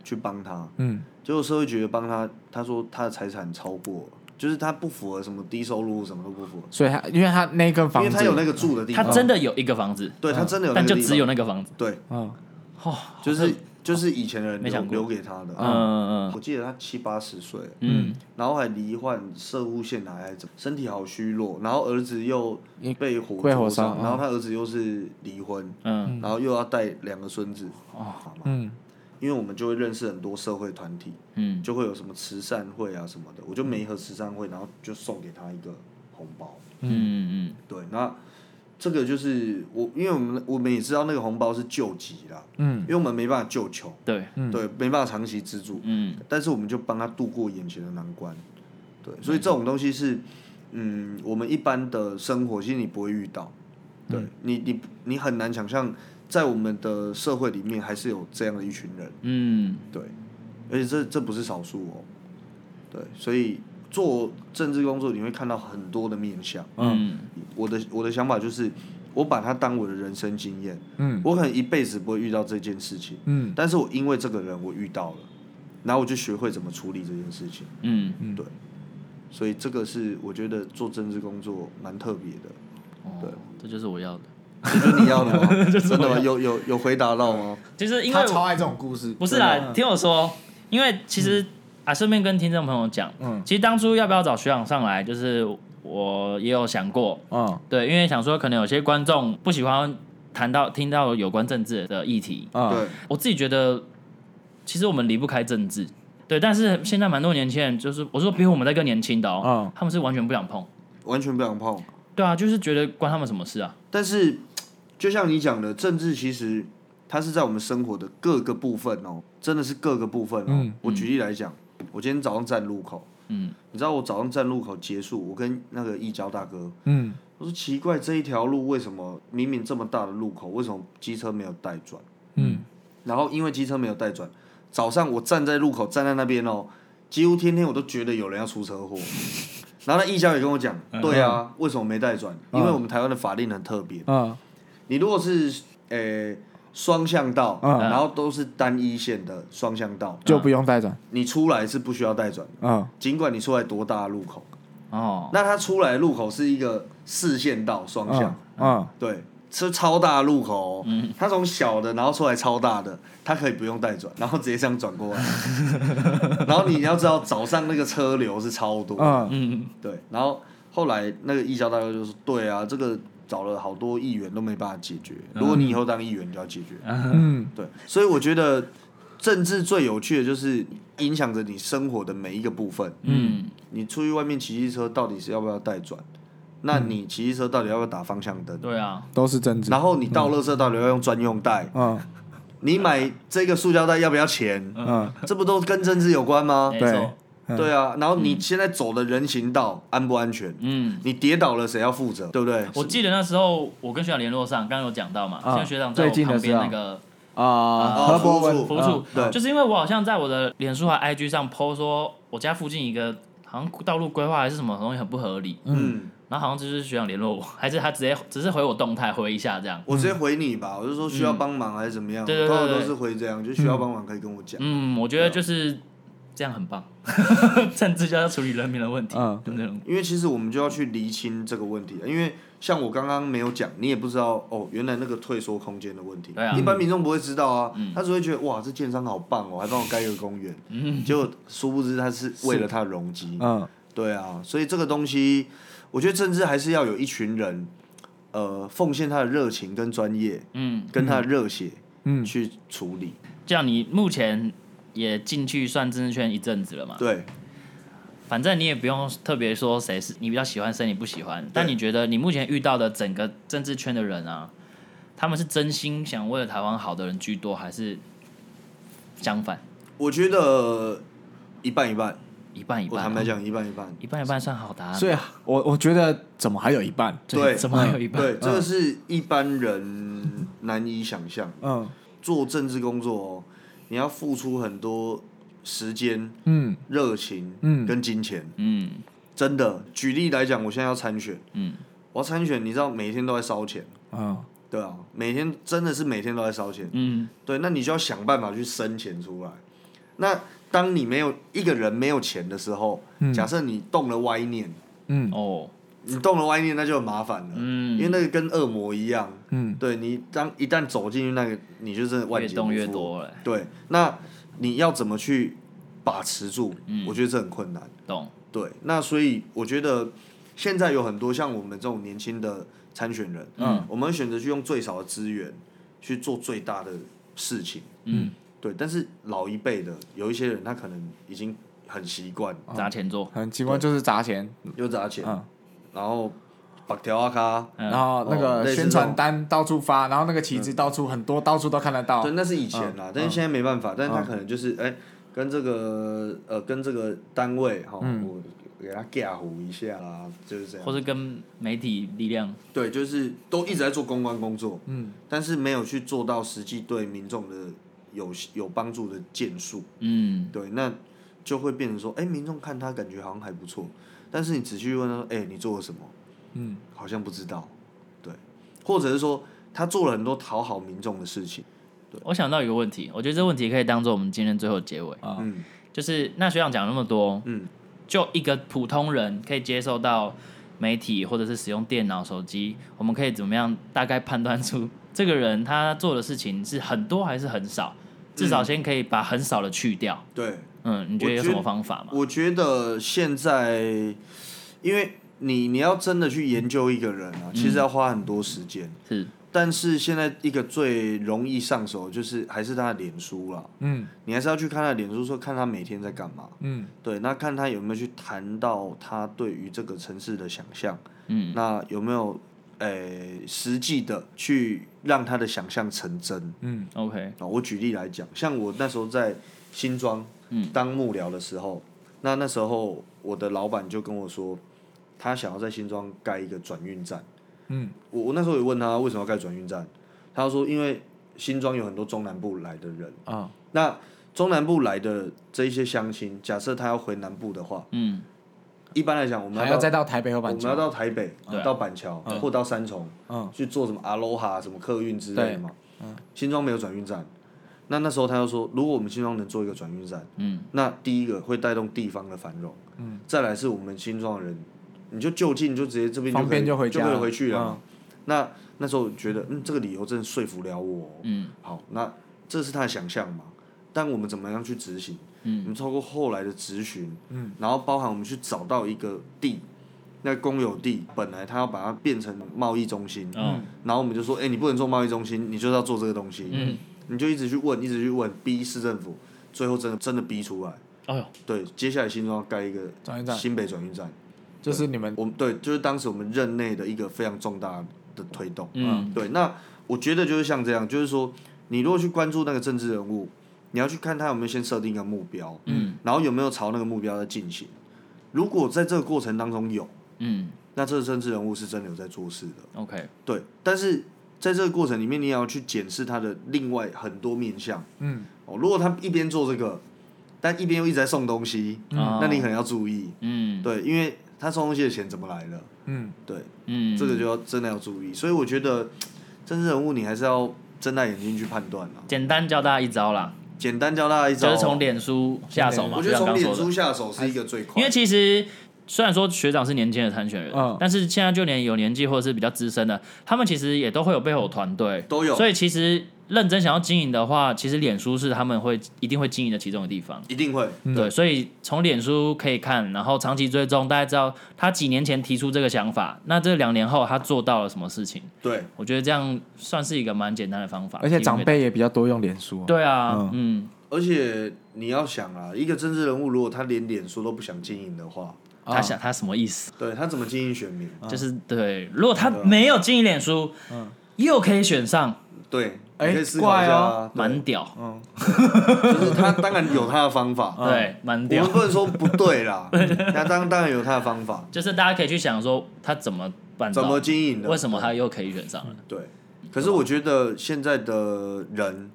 [SPEAKER 2] 去帮他，
[SPEAKER 3] 嗯
[SPEAKER 2] 结果社会局也帮他，他说他的财产超过，就是他不符合什么低收入，什么都不符合，
[SPEAKER 3] 所以他因为他那根
[SPEAKER 2] 因
[SPEAKER 3] 房
[SPEAKER 2] 为
[SPEAKER 3] 子，
[SPEAKER 2] 他有那个住的地
[SPEAKER 1] 他
[SPEAKER 2] 方，
[SPEAKER 1] 真的有一个房子，
[SPEAKER 2] 对他真的有那
[SPEAKER 1] 但
[SPEAKER 2] 个地
[SPEAKER 1] 就
[SPEAKER 2] 方，
[SPEAKER 1] 只有那个房子，
[SPEAKER 2] 对，
[SPEAKER 3] 嗯
[SPEAKER 2] 就是就是以前的人
[SPEAKER 1] 没
[SPEAKER 2] 留
[SPEAKER 1] 想过
[SPEAKER 2] 留给他的。
[SPEAKER 1] 嗯嗯
[SPEAKER 2] 我记得他七八十岁，
[SPEAKER 1] 嗯
[SPEAKER 2] 然后还罹患射物腺癌还是怎么，身体好虚弱，然后儿子又被火
[SPEAKER 3] 被火
[SPEAKER 2] 灼伤，
[SPEAKER 3] 烧
[SPEAKER 2] 然后他儿子又是离婚，
[SPEAKER 1] 嗯
[SPEAKER 2] 然后又要带两个孙子，
[SPEAKER 3] 嗯
[SPEAKER 2] 因为我们就会认识很多社会团体，
[SPEAKER 1] 嗯
[SPEAKER 2] 就会有什么慈善会啊什么的，我就每一盒慈善会，然后就送给他一个红包。
[SPEAKER 1] 嗯嗯
[SPEAKER 2] 对，那这个就是我，因为我们我们也知道那个红包是救急啦，
[SPEAKER 3] 嗯，
[SPEAKER 2] 因为我们没办法救穷，
[SPEAKER 1] 嗯，对，
[SPEAKER 2] 对，没办法长期资助，
[SPEAKER 1] 嗯
[SPEAKER 2] 但是我们就帮他度过眼前的难关。对，所以这种东西是，嗯，我们一般的生活其实你不会遇到，对、你你你很难想象，在我们的社会里面还是有这样的一群人。
[SPEAKER 1] 嗯
[SPEAKER 2] 对，而且这这不是少数哦，对，所以做政治工作你会看到很多的面向。
[SPEAKER 1] 嗯
[SPEAKER 2] 我的我的想法就是，我把它当我的人生经验，
[SPEAKER 3] 嗯
[SPEAKER 2] 我可能一辈子不会遇到这件事情，
[SPEAKER 3] 嗯
[SPEAKER 2] 但是我因为这个人我遇到了，然后我就学会怎么处理这件事情，
[SPEAKER 1] 嗯，
[SPEAKER 2] 对，所以这个是我觉得做政治工作蛮特别的。
[SPEAKER 1] 哦，这就是我要的。
[SPEAKER 2] 这 就是你要的吗？真的吗？有有有回答到吗？
[SPEAKER 1] 就是因为
[SPEAKER 3] 他
[SPEAKER 1] 我
[SPEAKER 3] 超爱这种故事，
[SPEAKER 1] 不是
[SPEAKER 3] 对
[SPEAKER 1] 啦，
[SPEAKER 3] 啊，
[SPEAKER 1] 听我说，因为其实、啊，顺便跟听众朋友讲，
[SPEAKER 3] 嗯
[SPEAKER 1] 其实当初要不要找学长上来，就是我也有想过，
[SPEAKER 3] 嗯
[SPEAKER 1] 对，因为想说可能有些观众不喜欢谈到听到有关政治的议题，
[SPEAKER 3] 嗯
[SPEAKER 2] 对，
[SPEAKER 1] 我自己觉得，其实我们离不开政治，对，但是现在蛮多年轻人，就是我说比我们在更年轻的哦，
[SPEAKER 3] 嗯
[SPEAKER 1] 他们是完全不想碰，
[SPEAKER 2] 完全不想碰。
[SPEAKER 1] 对啊，就是觉得关他们什么事啊，
[SPEAKER 2] 但是，就像你讲的，政治其实它是在我们生活的各个部分哦，真的是各个部分哦。
[SPEAKER 3] 嗯
[SPEAKER 2] 我举例来讲，我今天早上站路口，
[SPEAKER 1] 嗯
[SPEAKER 2] 你知道我早上站路口结束，我跟那个义交大哥，
[SPEAKER 3] 嗯
[SPEAKER 2] 我说奇怪，这一条路为什么明明这么大的路口，为什么机车没有带转？
[SPEAKER 3] 嗯
[SPEAKER 2] 然后因为机车没有带转，早上我站在路口站在那边哦，几乎天天我都觉得有人要出车祸。然后那义交也跟我讲，
[SPEAKER 3] 嗯
[SPEAKER 2] 对啊，为什么没带转？因为我们台湾的法令很特别，
[SPEAKER 3] 嗯
[SPEAKER 2] 你如果是呃双向道，
[SPEAKER 3] 嗯
[SPEAKER 2] 然后都是单一线的双向道，
[SPEAKER 3] 就不用带转，
[SPEAKER 2] 你出来是不需要带转的，
[SPEAKER 3] 嗯
[SPEAKER 2] 尽管你出来多大的路口，
[SPEAKER 1] 哦，
[SPEAKER 2] 那它出来的路口是一个四线道双向，
[SPEAKER 3] 嗯嗯
[SPEAKER 2] 对。是超大的路口、哦，它从小的然后出来超大的，它可以不用带转，然后直接这样转 过来。然后你要知道早上那个车流是超多的，
[SPEAKER 3] 嗯
[SPEAKER 1] 嗯
[SPEAKER 2] 对。然后后来那个义交大哥就说：“对啊，这个找了好多议员都没办法解决，
[SPEAKER 1] 嗯
[SPEAKER 2] 如果你以后当议员就要解决。
[SPEAKER 3] 嗯
[SPEAKER 2] 对，所以我觉得政治最有趣的就是影响着你生活的每一个部分。
[SPEAKER 1] 嗯
[SPEAKER 2] 你出去外面骑机车，到底是要不要带转？那你骑机车到底要不要打方向
[SPEAKER 3] 嗯
[SPEAKER 2] 灯？
[SPEAKER 1] 对啊，
[SPEAKER 3] 都是政治，
[SPEAKER 2] 然后你倒垃圾到底要不要用专用袋？
[SPEAKER 3] 嗯
[SPEAKER 2] 你买这个塑胶袋要不要钱？
[SPEAKER 3] 嗯
[SPEAKER 2] 这不都跟政治有 关吗
[SPEAKER 1] 没？
[SPEAKER 3] 对
[SPEAKER 1] 错，
[SPEAKER 2] 对啊，然后你现在走的人行道安不安全？
[SPEAKER 1] 嗯。
[SPEAKER 2] 你跌倒了谁要负责？对不对？
[SPEAKER 1] 我记得那时候我跟学长联络上，刚刚有讲到嘛，
[SPEAKER 3] 嗯
[SPEAKER 1] 现在学长在我
[SPEAKER 3] 最近
[SPEAKER 1] 旁
[SPEAKER 3] 的时
[SPEAKER 1] 边
[SPEAKER 3] 候
[SPEAKER 1] 那个
[SPEAKER 3] 啊，
[SPEAKER 2] 哦
[SPEAKER 3] 何
[SPEAKER 2] 服
[SPEAKER 3] 博
[SPEAKER 2] 务
[SPEAKER 3] 文
[SPEAKER 2] 处
[SPEAKER 1] 服务处，
[SPEAKER 2] 对
[SPEAKER 1] 就是因为我好像在我的脸书和 IG 上 PO 说，我家附近一个好像道路规划还是什么东西很不合理，
[SPEAKER 2] 嗯，
[SPEAKER 1] 然后好像就是学长联络我，还是他直接只是回我动态回一下这样，
[SPEAKER 2] 我直接回你吧，我就说需要帮忙还是怎么
[SPEAKER 1] 嗯
[SPEAKER 2] 样，
[SPEAKER 1] 对对
[SPEAKER 2] 通
[SPEAKER 1] 对
[SPEAKER 2] 常
[SPEAKER 1] 对
[SPEAKER 2] 都是回这样，就需要帮忙可以跟我讲。
[SPEAKER 1] 嗯，我觉
[SPEAKER 2] 啊
[SPEAKER 1] 得就是这样很棒， 政治就要处理人民的问题，
[SPEAKER 3] 嗯
[SPEAKER 1] 对那种，
[SPEAKER 2] 因为其实我们就要去厘清这个问题，啊因为像我刚刚没有讲，你也不知道哦，原来那个退缩空间的问题，
[SPEAKER 1] 对啊嗯
[SPEAKER 2] 一般民众不会知道啊，他只会觉得哇，这建商好棒哦，还帮我盖一个公园，
[SPEAKER 1] 嗯
[SPEAKER 2] 结果殊不知他是为了他的容积，
[SPEAKER 3] 嗯，
[SPEAKER 2] 对啊，所以这个东西，我觉得政治还是要有一群人，呃，奉献他的热情跟专业，
[SPEAKER 1] 嗯，
[SPEAKER 2] 跟他的热血，
[SPEAKER 3] 嗯
[SPEAKER 2] 去处理，
[SPEAKER 1] 这样你目前也进去算政治圈一阵子了嘛，
[SPEAKER 2] 对，
[SPEAKER 1] 反正你也不用特别说谁是你比较喜欢，谁你不喜欢。但你觉得你目前遇到的整个政治圈的人啊，他们是真心想为了台湾好的人居多，还是相反？
[SPEAKER 2] 我觉得一半一半，
[SPEAKER 1] 一半一
[SPEAKER 2] 我
[SPEAKER 1] 半、啊
[SPEAKER 2] 坦白，讲一半一半，
[SPEAKER 1] 一半一半算好答案。
[SPEAKER 3] 啊所以我我觉得怎么还有一半？
[SPEAKER 2] 对
[SPEAKER 1] 怎么还有一半？
[SPEAKER 2] 对，这个是一般人难以想象。
[SPEAKER 3] 嗯
[SPEAKER 2] 做政治工作哦，你要付出很多时间、
[SPEAKER 3] 嗯
[SPEAKER 2] 热情，
[SPEAKER 3] 嗯
[SPEAKER 2] 跟金钱。
[SPEAKER 1] 嗯
[SPEAKER 2] 真的，举例来讲，我现在要参选，
[SPEAKER 1] 嗯，
[SPEAKER 2] 我要参选，你知道每天都在烧钱，
[SPEAKER 3] 嗯
[SPEAKER 2] 对啊，每天真的是每天都在烧钱。
[SPEAKER 1] 嗯
[SPEAKER 2] 对，那你就要想办法去生钱出来。那当你没有一个人没有钱的时候，
[SPEAKER 1] 嗯
[SPEAKER 2] 假设你动了歪念，
[SPEAKER 3] 嗯
[SPEAKER 1] 哦
[SPEAKER 2] 你动了歪念，那就很麻烦了，因为
[SPEAKER 1] 嗯，
[SPEAKER 2] 那个跟恶魔一样。
[SPEAKER 3] 嗯
[SPEAKER 2] 对你当一旦走进去那个，你就真的万
[SPEAKER 1] 越
[SPEAKER 2] 劫
[SPEAKER 1] 动
[SPEAKER 2] 不
[SPEAKER 1] 越
[SPEAKER 2] 复。
[SPEAKER 1] 多了，
[SPEAKER 2] 对，那你要怎么去把持住？
[SPEAKER 1] 嗯
[SPEAKER 2] 我觉得这很困难。
[SPEAKER 1] 懂？
[SPEAKER 2] 对，那所以我觉得现在有很多像我们这种年轻的参选人，
[SPEAKER 1] 嗯，
[SPEAKER 2] 我们选择去用最少的资源去做最大的事情。
[SPEAKER 1] 嗯，
[SPEAKER 2] 对，但是老一辈的有一些人，他可能已经很习惯，
[SPEAKER 1] 砸钱做，
[SPEAKER 3] 很奇怪，就是砸钱，
[SPEAKER 2] 又砸钱，
[SPEAKER 3] 嗯
[SPEAKER 2] 然后绑条啊咖。
[SPEAKER 1] 嗯
[SPEAKER 3] 然后那
[SPEAKER 2] 哦
[SPEAKER 3] 个
[SPEAKER 2] 类似
[SPEAKER 3] 宣传单到处发，然后那个旗帜到处很多，到处都看得到
[SPEAKER 2] 对，。那是以前啦，但是现在没办法，但是他可能就是哎、跟这个呃，跟这个单位哈，我给他架糊一下啦，就是这样
[SPEAKER 1] 或。是跟媒体力量，
[SPEAKER 2] 对，就是都一直在做公关工作，嗯，但是没有去做到实际对民众的有有帮助的建树，
[SPEAKER 1] 嗯，
[SPEAKER 2] 对，那就会变成说，哎、民众看他感觉好像还不错，但是你仔细问他说，哎、你做了什么？
[SPEAKER 3] 嗯，
[SPEAKER 2] 好像不知道，对，或者是说他做了很多讨好民众的事情，
[SPEAKER 1] 我想到一个问题，我觉得这问题可以当做我们今天最后结尾。
[SPEAKER 3] 啊
[SPEAKER 2] 嗯
[SPEAKER 1] 就是那学长讲那么多，
[SPEAKER 2] 嗯，
[SPEAKER 1] 就一个普通人可以接受到媒体或者是使用电脑、手机，我们可以怎么样大概判断出这个人他做的事情是很多还是很少？至少先可以把很少的去掉。
[SPEAKER 2] 对。
[SPEAKER 1] 嗯，你觉得有
[SPEAKER 2] 我
[SPEAKER 1] 什
[SPEAKER 2] 觉得
[SPEAKER 1] 么方法吗？
[SPEAKER 2] 我觉得现在，因为你你要真的去研究一个人啊，其实要花很多时间。
[SPEAKER 1] 是，
[SPEAKER 2] 但是现在一个最容易上手就是还是他的脸书啦，
[SPEAKER 3] 嗯
[SPEAKER 2] 你还是要去看他的脸书，说看他每天在干嘛。
[SPEAKER 3] 嗯
[SPEAKER 2] 对，那看他有没有去谈到他对于这个城市的想象，
[SPEAKER 1] 嗯，
[SPEAKER 2] 那有没有诶、实际的去让他的想象成真？
[SPEAKER 3] 嗯
[SPEAKER 1] OK，
[SPEAKER 2] 啊，我举例来讲，像我那时候在新庄
[SPEAKER 1] 嗯
[SPEAKER 2] 当幕僚的时候，那那时候我的老板就跟我说，他想要在新庄盖一个转运站。
[SPEAKER 3] 嗯
[SPEAKER 2] 我我那时候也问他为什么要盖转运站，他说因为新庄有很多中南部来的人，
[SPEAKER 3] 啊
[SPEAKER 2] 那中南部来的这一些乡亲，假设他要回南部的话，
[SPEAKER 1] 嗯
[SPEAKER 2] 一般来讲我们
[SPEAKER 3] 还
[SPEAKER 2] 要
[SPEAKER 3] 要
[SPEAKER 2] 到
[SPEAKER 3] 再到台北和
[SPEAKER 2] 我
[SPEAKER 3] 板
[SPEAKER 2] 们
[SPEAKER 3] 桥
[SPEAKER 2] 要。到台北、
[SPEAKER 1] 对啊
[SPEAKER 2] 到板桥、或到三重，
[SPEAKER 3] 嗯
[SPEAKER 2] 去做什么 Aloha 什么客运之类的嘛。新庄没有转运站，那那时候他就说，如果我们新庄能做一个转运站，
[SPEAKER 1] 嗯
[SPEAKER 2] 那第一个会带动地方的繁荣，
[SPEAKER 3] 嗯
[SPEAKER 2] 再来是我们新庄的人，你就就近就直接这边
[SPEAKER 3] 方便
[SPEAKER 2] 就
[SPEAKER 3] 就
[SPEAKER 2] 可以
[SPEAKER 3] 回
[SPEAKER 2] 就
[SPEAKER 3] 家嗯
[SPEAKER 2] 可以回去了嘛。那那时候觉得，嗯，这个理由真的说服了我哦、
[SPEAKER 1] 嗯
[SPEAKER 2] 好，那这是他的想象嘛？但我们怎么样去执行？我
[SPEAKER 1] 嗯
[SPEAKER 2] 们透过后来的咨询，然后包含我们去找到一个地，那公有地本来他要把它变成贸易中心，
[SPEAKER 1] 嗯
[SPEAKER 2] 然后我们就说，哎、你不能做贸易中心，你就是要做这个东西，
[SPEAKER 1] 嗯，
[SPEAKER 2] 你就一直去问，一直去问，逼市政府，最后真的真的逼出来。
[SPEAKER 1] 哎呦，
[SPEAKER 2] 对，接下来新庄要盖一个
[SPEAKER 3] 转运站
[SPEAKER 2] 新北转运站，
[SPEAKER 3] 就是你们
[SPEAKER 2] 我们对，就是当时我们任内的一个非常重大的推动。啊
[SPEAKER 1] 嗯
[SPEAKER 2] 对，那我觉得就是像这样，就是说，你如果去关注那个政治人物，你要去看他有没有先设定一个目标，
[SPEAKER 1] 嗯，
[SPEAKER 2] 然后有没有朝那个目标在进行。如果在这个过程当中有，
[SPEAKER 1] 嗯
[SPEAKER 2] 那这个政治人物是真的有在做事的，
[SPEAKER 1] ，OK，
[SPEAKER 2] 对。但是在这个过程里面，你也要去检视他的另外很多面向。
[SPEAKER 3] 嗯，
[SPEAKER 2] 哦，如果他一边做这个，但一边又一直在送东西，
[SPEAKER 1] 哦
[SPEAKER 2] 那你可能要注意。
[SPEAKER 1] 嗯
[SPEAKER 2] 对，因为他送东西的钱怎么来的？
[SPEAKER 3] 嗯，
[SPEAKER 2] 对，
[SPEAKER 1] 嗯，
[SPEAKER 2] 这个就要真的要注意。所以我觉得政治人物你还是要睁大眼睛去判断啦。
[SPEAKER 1] 简单教大家一招啦，
[SPEAKER 2] 简单教大家一招，
[SPEAKER 1] 就是从脸书下手嘛，
[SPEAKER 2] 我
[SPEAKER 1] 就
[SPEAKER 2] 觉得
[SPEAKER 1] 像
[SPEAKER 2] 从
[SPEAKER 1] 刚
[SPEAKER 2] 脸
[SPEAKER 1] 刚说
[SPEAKER 2] 书
[SPEAKER 1] 的。
[SPEAKER 2] 下手是一个最快，
[SPEAKER 1] 因为其实虽然说学长是年轻的参选人，
[SPEAKER 3] 嗯
[SPEAKER 1] 但是现在就连有年纪或者是比较资深的，他们其实也都会有背后有团队，
[SPEAKER 2] 都有
[SPEAKER 1] 所以其实认真想要经营的话，其实脸书是他们会一定会经营的其中的地方。
[SPEAKER 2] 一定会。
[SPEAKER 1] 对，所以从脸书可以看，然后长期追踪，大家知道他几年前提出这个想法，那这两年后他做到了什么事情？
[SPEAKER 2] 对，
[SPEAKER 1] 我觉得这样算是一个蛮简单的方法，
[SPEAKER 3] 而且长
[SPEAKER 1] 因为
[SPEAKER 3] 辈也比较多用脸书、啊。
[SPEAKER 1] 对啊，嗯，
[SPEAKER 2] 而且你要想啊，一个政治人物如果他连脸书都不想经营的话，
[SPEAKER 1] 他想他什么意思？
[SPEAKER 2] 对他怎么经营选民？
[SPEAKER 1] 就是对，如果他
[SPEAKER 2] 嗯
[SPEAKER 1] 没有经营脸书，又可以选上，
[SPEAKER 2] 对，
[SPEAKER 3] 哎
[SPEAKER 2] 你可以思考一下啊，
[SPEAKER 1] 蛮
[SPEAKER 2] 对
[SPEAKER 1] 屌，
[SPEAKER 2] 就是他当然有他的方法，
[SPEAKER 1] 对，蛮
[SPEAKER 2] 我
[SPEAKER 1] 屌
[SPEAKER 2] 们。嗯不能说不 对啦，他当当然有他的方法，
[SPEAKER 1] 就是大家可以去想说他怎么办到，
[SPEAKER 2] 怎么经营的？
[SPEAKER 1] 为什么他又可以选上了？
[SPEAKER 2] 对，可是我觉得现在的人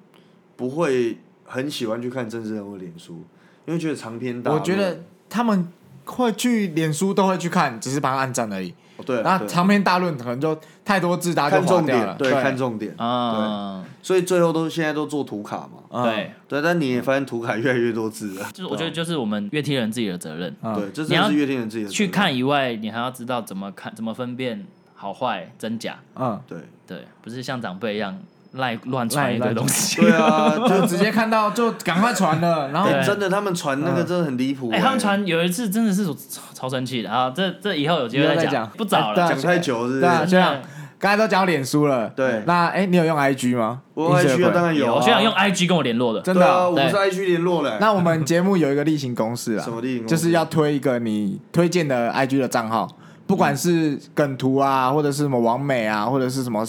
[SPEAKER 2] 不会很喜欢去看政治人物脸书，因为觉得长篇大论。
[SPEAKER 3] 我觉得他们会去脸书都会去看，只是帮他按赞而已。
[SPEAKER 2] 哦对啊，
[SPEAKER 3] 那
[SPEAKER 2] 对啊
[SPEAKER 3] 长篇大论可能就太多字，大家
[SPEAKER 2] 看
[SPEAKER 3] 就划
[SPEAKER 2] 重
[SPEAKER 3] 掉了。
[SPEAKER 2] 点，对，看重点，
[SPEAKER 1] 啊，
[SPEAKER 2] 所以最后都现在都做图卡嘛。
[SPEAKER 3] 嗯
[SPEAKER 1] 对，
[SPEAKER 2] 对，但你也发现图卡越来越多字了。
[SPEAKER 1] 就是我觉得就是我们乐听人自己的责任，
[SPEAKER 3] 嗯
[SPEAKER 2] 啊对，这
[SPEAKER 1] 你
[SPEAKER 2] 真的
[SPEAKER 1] 要
[SPEAKER 2] 是乐天人自己的责任
[SPEAKER 1] 去。看以外，你还要知道怎么看、怎么分辨好坏、真假，
[SPEAKER 3] 嗯，
[SPEAKER 2] 对，
[SPEAKER 1] 对，不是像长辈一样赖乱传一
[SPEAKER 3] 赖
[SPEAKER 1] 堆
[SPEAKER 3] 乱
[SPEAKER 1] 东西。
[SPEAKER 2] 对 啊，就
[SPEAKER 3] 就直接看到就赶快传了，然后
[SPEAKER 2] 哎真的，他们传
[SPEAKER 3] 嗯
[SPEAKER 2] 那个真的很离谱。
[SPEAKER 1] 哎，他们传有一次真的是我超超生气的啊！这这以后有机会
[SPEAKER 3] 以后再
[SPEAKER 1] 讲，
[SPEAKER 3] 讲
[SPEAKER 1] 不早了
[SPEAKER 3] 哎。
[SPEAKER 2] 讲太久是不
[SPEAKER 3] 对啊，
[SPEAKER 2] 是？
[SPEAKER 3] 学长，刚才都讲到脸书了，
[SPEAKER 2] 对
[SPEAKER 3] 那哎、你有用 IG 吗？
[SPEAKER 2] 我 IG 啊
[SPEAKER 3] Instagram
[SPEAKER 2] 当然有啊，
[SPEAKER 1] 学长用 IG 跟我联络的，
[SPEAKER 3] 真
[SPEAKER 2] 对
[SPEAKER 3] 的
[SPEAKER 2] 啊，
[SPEAKER 3] 啊、
[SPEAKER 2] 我们是
[SPEAKER 1] 对
[SPEAKER 2] IG 联络嘞。
[SPEAKER 3] 那我们节目有一个例行公事啊，
[SPEAKER 2] 什么例行公事
[SPEAKER 3] 就是要推一个你推荐的 IG 的账号，不
[SPEAKER 1] 嗯
[SPEAKER 3] 管是梗图啊，或者是什么完美啊，或者是什么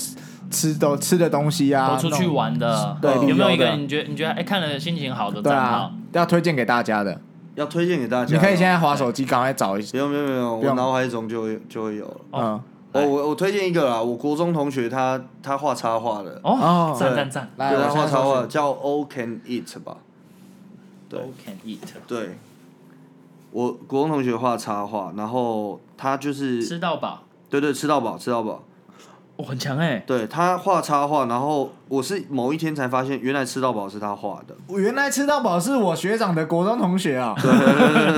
[SPEAKER 3] 吃的吃的东西啊，
[SPEAKER 1] 我出去
[SPEAKER 3] 那种，
[SPEAKER 1] 玩的，
[SPEAKER 3] 对
[SPEAKER 1] 有
[SPEAKER 3] 旅
[SPEAKER 1] 没
[SPEAKER 3] 游
[SPEAKER 1] 有
[SPEAKER 3] 的
[SPEAKER 1] 一个你觉得你觉得哎看了心情好的
[SPEAKER 3] 对
[SPEAKER 1] 账号
[SPEAKER 3] 啊？，要推荐给大家的。
[SPEAKER 2] 要推荐给大家。
[SPEAKER 3] 你可以现在划手机，赶快找一
[SPEAKER 2] 不
[SPEAKER 3] 些，
[SPEAKER 2] 用不用不用，
[SPEAKER 3] 不
[SPEAKER 2] 我
[SPEAKER 3] 用
[SPEAKER 2] 脑海中就会就会有了。
[SPEAKER 1] 哦
[SPEAKER 3] 嗯，
[SPEAKER 2] 哦，
[SPEAKER 1] 来
[SPEAKER 2] 我我推荐一个啦，我国中同学他他画插画的，
[SPEAKER 1] 哦
[SPEAKER 3] 哦，
[SPEAKER 1] 赞
[SPEAKER 2] 对
[SPEAKER 1] 赞赞
[SPEAKER 3] 来
[SPEAKER 2] 对，他
[SPEAKER 3] 我现
[SPEAKER 2] 画
[SPEAKER 3] 在
[SPEAKER 2] 插
[SPEAKER 3] 搜
[SPEAKER 2] 画
[SPEAKER 3] 寻
[SPEAKER 2] 叫 O Can Eat 吧，对
[SPEAKER 1] ，Go can eat，
[SPEAKER 2] 对。我国中同学画插画，然后他就是
[SPEAKER 1] 吃到饱，
[SPEAKER 2] 对对吃到饱吃到饱，
[SPEAKER 1] 我很强哎，
[SPEAKER 2] 对他画插画，然后我是某一天才发现，原来吃到饱是他画 的。
[SPEAKER 3] 我原来吃到饱是我学长的国中同学啊，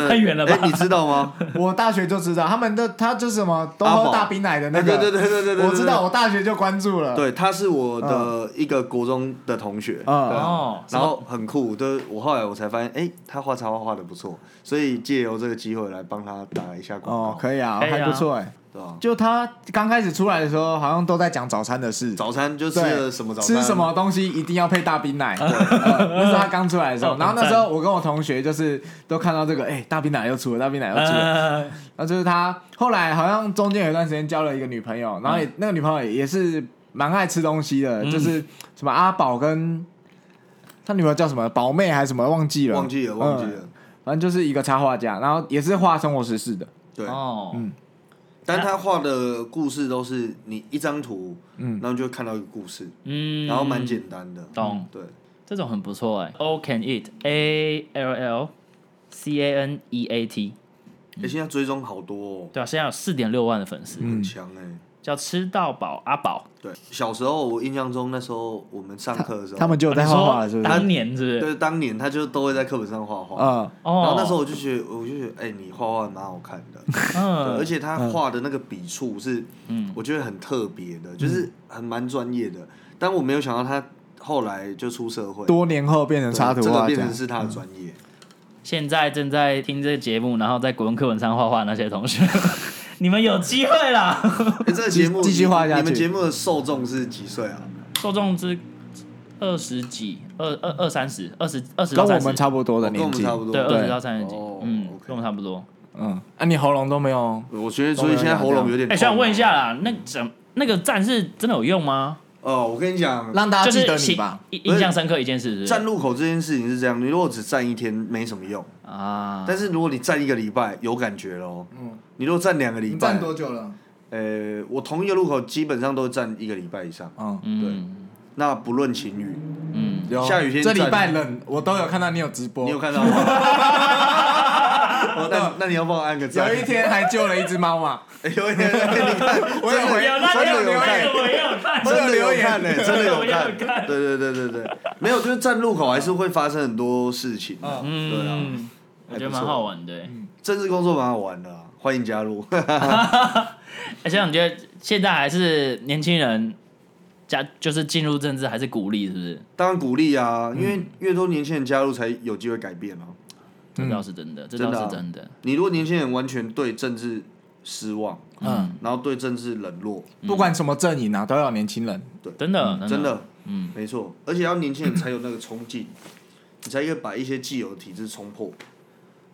[SPEAKER 1] 太远了
[SPEAKER 2] 哎、
[SPEAKER 1] 吧
[SPEAKER 2] 你？知道吗？
[SPEAKER 3] 我大学就知道，他们的他就是什么都
[SPEAKER 2] 阿宝
[SPEAKER 3] 喝大冰奶的那个，
[SPEAKER 2] 哎对对对对对对对
[SPEAKER 3] 我知道，我大学就关注了，
[SPEAKER 2] 对，他是我的一个国中的同学，
[SPEAKER 3] 嗯
[SPEAKER 2] 对啊
[SPEAKER 1] 哦
[SPEAKER 2] 然后很酷，就是我后来我才发现，哎、他画插画画的不错，所以借由这个机会来帮他打一下广告，
[SPEAKER 3] 哦，可以啊，
[SPEAKER 1] 可以啊
[SPEAKER 3] 还不错哎。
[SPEAKER 2] 对吧、
[SPEAKER 3] 就他刚开始出来的时候，好像都在讲早餐的事，
[SPEAKER 2] 早餐就吃
[SPEAKER 3] 对
[SPEAKER 2] 了什么早餐？
[SPEAKER 3] 吃什？么东西一定要配大冰奶，嗯那是他刚出来的时候。
[SPEAKER 1] 哦
[SPEAKER 3] 然后那时候我跟我同学就是都看到这个，哎，大冰奶又出了，大冰奶又出
[SPEAKER 2] 啊
[SPEAKER 3] 了。
[SPEAKER 1] 呃，
[SPEAKER 3] 然后就是他后来好像中间有一段时间交了一个女朋
[SPEAKER 2] 嗯
[SPEAKER 3] 友，然后也那个女朋友也是蛮爱吃东西的，就是什么阿宝跟他女朋友叫什么宝妹还是什么忘记了，
[SPEAKER 2] 忘记了，忘记
[SPEAKER 3] 嗯，
[SPEAKER 2] 了。
[SPEAKER 3] 反正就是一个插画家，然后也是画生活时事的。
[SPEAKER 2] 对，
[SPEAKER 1] 哦，
[SPEAKER 2] 但他画的故事都是你一张图，嗯，然后就看到一个故事，
[SPEAKER 1] 嗯，
[SPEAKER 2] 然后蛮简单的。
[SPEAKER 3] 嗯
[SPEAKER 1] 懂
[SPEAKER 2] 对，
[SPEAKER 1] 这种很不错哎，O can eat A L L C A N E A T，
[SPEAKER 2] 哎，现在追踪好多哦，
[SPEAKER 1] 对啊，现在有四点六万的粉丝，
[SPEAKER 3] 嗯
[SPEAKER 2] 很强哎。
[SPEAKER 1] 叫吃到饱阿宝，
[SPEAKER 2] 对，小时候我印象中那时候我们上课的时候，
[SPEAKER 3] 他们就有在
[SPEAKER 1] 你
[SPEAKER 3] 画
[SPEAKER 1] 说
[SPEAKER 3] 画了，是不
[SPEAKER 1] 当
[SPEAKER 3] 是？
[SPEAKER 1] 年是不是？
[SPEAKER 2] 对当年他就都会在课本上画画，
[SPEAKER 3] 嗯，
[SPEAKER 1] 哦，
[SPEAKER 2] 然后那时候我就觉得，我就觉得，哎，你画画蛮好看的，对，
[SPEAKER 1] 嗯，
[SPEAKER 2] 而且他画的那个笔触是，我觉得很特别的，就是很蛮专业的。但我没有想到他后来就出社会，
[SPEAKER 3] 多年后变成
[SPEAKER 2] 对
[SPEAKER 3] 插图
[SPEAKER 2] 这
[SPEAKER 3] 画
[SPEAKER 2] 个
[SPEAKER 3] 家，
[SPEAKER 2] 变成是他的专业。
[SPEAKER 1] 现在正在听这个节目，然后在国文课文上画画那些同学， 你们有机会啦。
[SPEAKER 2] 哎，这个节目
[SPEAKER 3] 继继续画下去
[SPEAKER 2] 你们节目的受众是几岁啊？
[SPEAKER 1] 受众之二十几、二二二三十、二十二十
[SPEAKER 3] 跟
[SPEAKER 1] 到
[SPEAKER 3] 我
[SPEAKER 1] 三
[SPEAKER 3] 们
[SPEAKER 1] 十，
[SPEAKER 3] 差不多的
[SPEAKER 2] 哦跟我
[SPEAKER 3] 年
[SPEAKER 2] 们
[SPEAKER 3] 纪。
[SPEAKER 2] 差不多。
[SPEAKER 1] 对，
[SPEAKER 3] 对
[SPEAKER 1] 二十到三十几
[SPEAKER 2] 哦，
[SPEAKER 1] 嗯，
[SPEAKER 2] OK
[SPEAKER 1] 跟我们差不多。
[SPEAKER 3] 嗯，啊，你喉咙都没有？
[SPEAKER 2] 我觉得，所以现在喉咙有点。
[SPEAKER 1] 哎，想问一，下啦，那怎那个赞是真的有用吗？
[SPEAKER 2] 哦，我跟你讲，
[SPEAKER 3] 让大
[SPEAKER 1] 就
[SPEAKER 3] 家记
[SPEAKER 1] 是
[SPEAKER 3] 得你
[SPEAKER 1] 印
[SPEAKER 3] 吧。
[SPEAKER 1] 印印象深刻一件事是不是
[SPEAKER 2] 站路口这件事情是这样，你如果只站一天没什么用，
[SPEAKER 1] 啊，
[SPEAKER 2] 但是如果你站一个礼拜有感觉喽。嗯。你如果站两个礼
[SPEAKER 3] 你
[SPEAKER 2] 拜，
[SPEAKER 3] 久了？
[SPEAKER 2] 呃，我同一个路口基本上都站一个礼拜以上，
[SPEAKER 3] 嗯，哦
[SPEAKER 1] 嗯
[SPEAKER 2] 那不论晴雨，
[SPEAKER 1] 嗯，
[SPEAKER 3] 有
[SPEAKER 2] 下雨天
[SPEAKER 3] 这
[SPEAKER 2] 站
[SPEAKER 3] 礼拜冷，我都有看到你有直播。
[SPEAKER 2] 你有看到 吗？哦那那你要帮我按个赞。
[SPEAKER 3] 有一天还救了一只猫啊嘛？
[SPEAKER 2] 有一天， 你看，
[SPEAKER 3] 我有啊回，
[SPEAKER 2] 有那
[SPEAKER 3] 真的
[SPEAKER 2] 有
[SPEAKER 3] 有
[SPEAKER 2] 看
[SPEAKER 3] 看，
[SPEAKER 1] 我也有看
[SPEAKER 3] 我有
[SPEAKER 2] 真的有
[SPEAKER 3] 留言
[SPEAKER 2] 看呢、欸真的有
[SPEAKER 1] 我有看
[SPEAKER 2] 看。对对对对对，没有，就是站路口还是会发生很多事情。
[SPEAKER 3] 嗯
[SPEAKER 2] 对啊
[SPEAKER 1] 嗯，我觉得蛮好玩的欸。
[SPEAKER 2] 政治工作蛮好玩的啊、欢迎加入。
[SPEAKER 1] 而且我觉得现在还是年轻人加就是进入政治还是鼓励，是不是？
[SPEAKER 2] 当然鼓励啊，因
[SPEAKER 3] 嗯
[SPEAKER 2] 为越多年轻人加入，才有机会改变啊。
[SPEAKER 1] 这倒是真的，这倒是真的。
[SPEAKER 2] 你如果年轻人完全对政治失望，
[SPEAKER 1] 嗯，
[SPEAKER 2] 然后对政治冷落，
[SPEAKER 3] 不管什么阵营啊，都要年轻人。
[SPEAKER 1] 真的，
[SPEAKER 2] 真
[SPEAKER 1] 的，
[SPEAKER 2] 的，
[SPEAKER 1] 嗯，
[SPEAKER 2] 没错，而且要年轻人才有那个冲劲，你才可以把一些既有的体制冲破。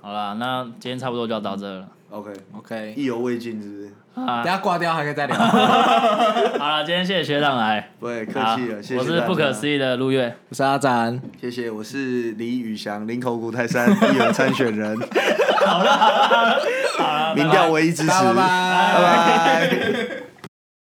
[SPEAKER 1] 好啦，那今天差不多就要到这了。
[SPEAKER 2] OK，
[SPEAKER 3] OK，
[SPEAKER 1] 嗯
[SPEAKER 2] 意犹未尽是不是？
[SPEAKER 3] 等
[SPEAKER 1] 啊，
[SPEAKER 3] 下挂掉还可以再 聊。
[SPEAKER 1] 好了，今天谢谢学长来，
[SPEAKER 2] 对，客
[SPEAKER 1] 好
[SPEAKER 2] 气了，谢谢。
[SPEAKER 1] 我是不可思
[SPEAKER 2] 议。
[SPEAKER 1] 议的陆月，
[SPEAKER 3] 我是阿展，
[SPEAKER 2] 谢谢，我是李宇翔，林口古 泰山议员参选人，
[SPEAKER 1] 好啦
[SPEAKER 2] 民调唯一支持。
[SPEAKER 3] 大家拜拜
[SPEAKER 2] 拜拜。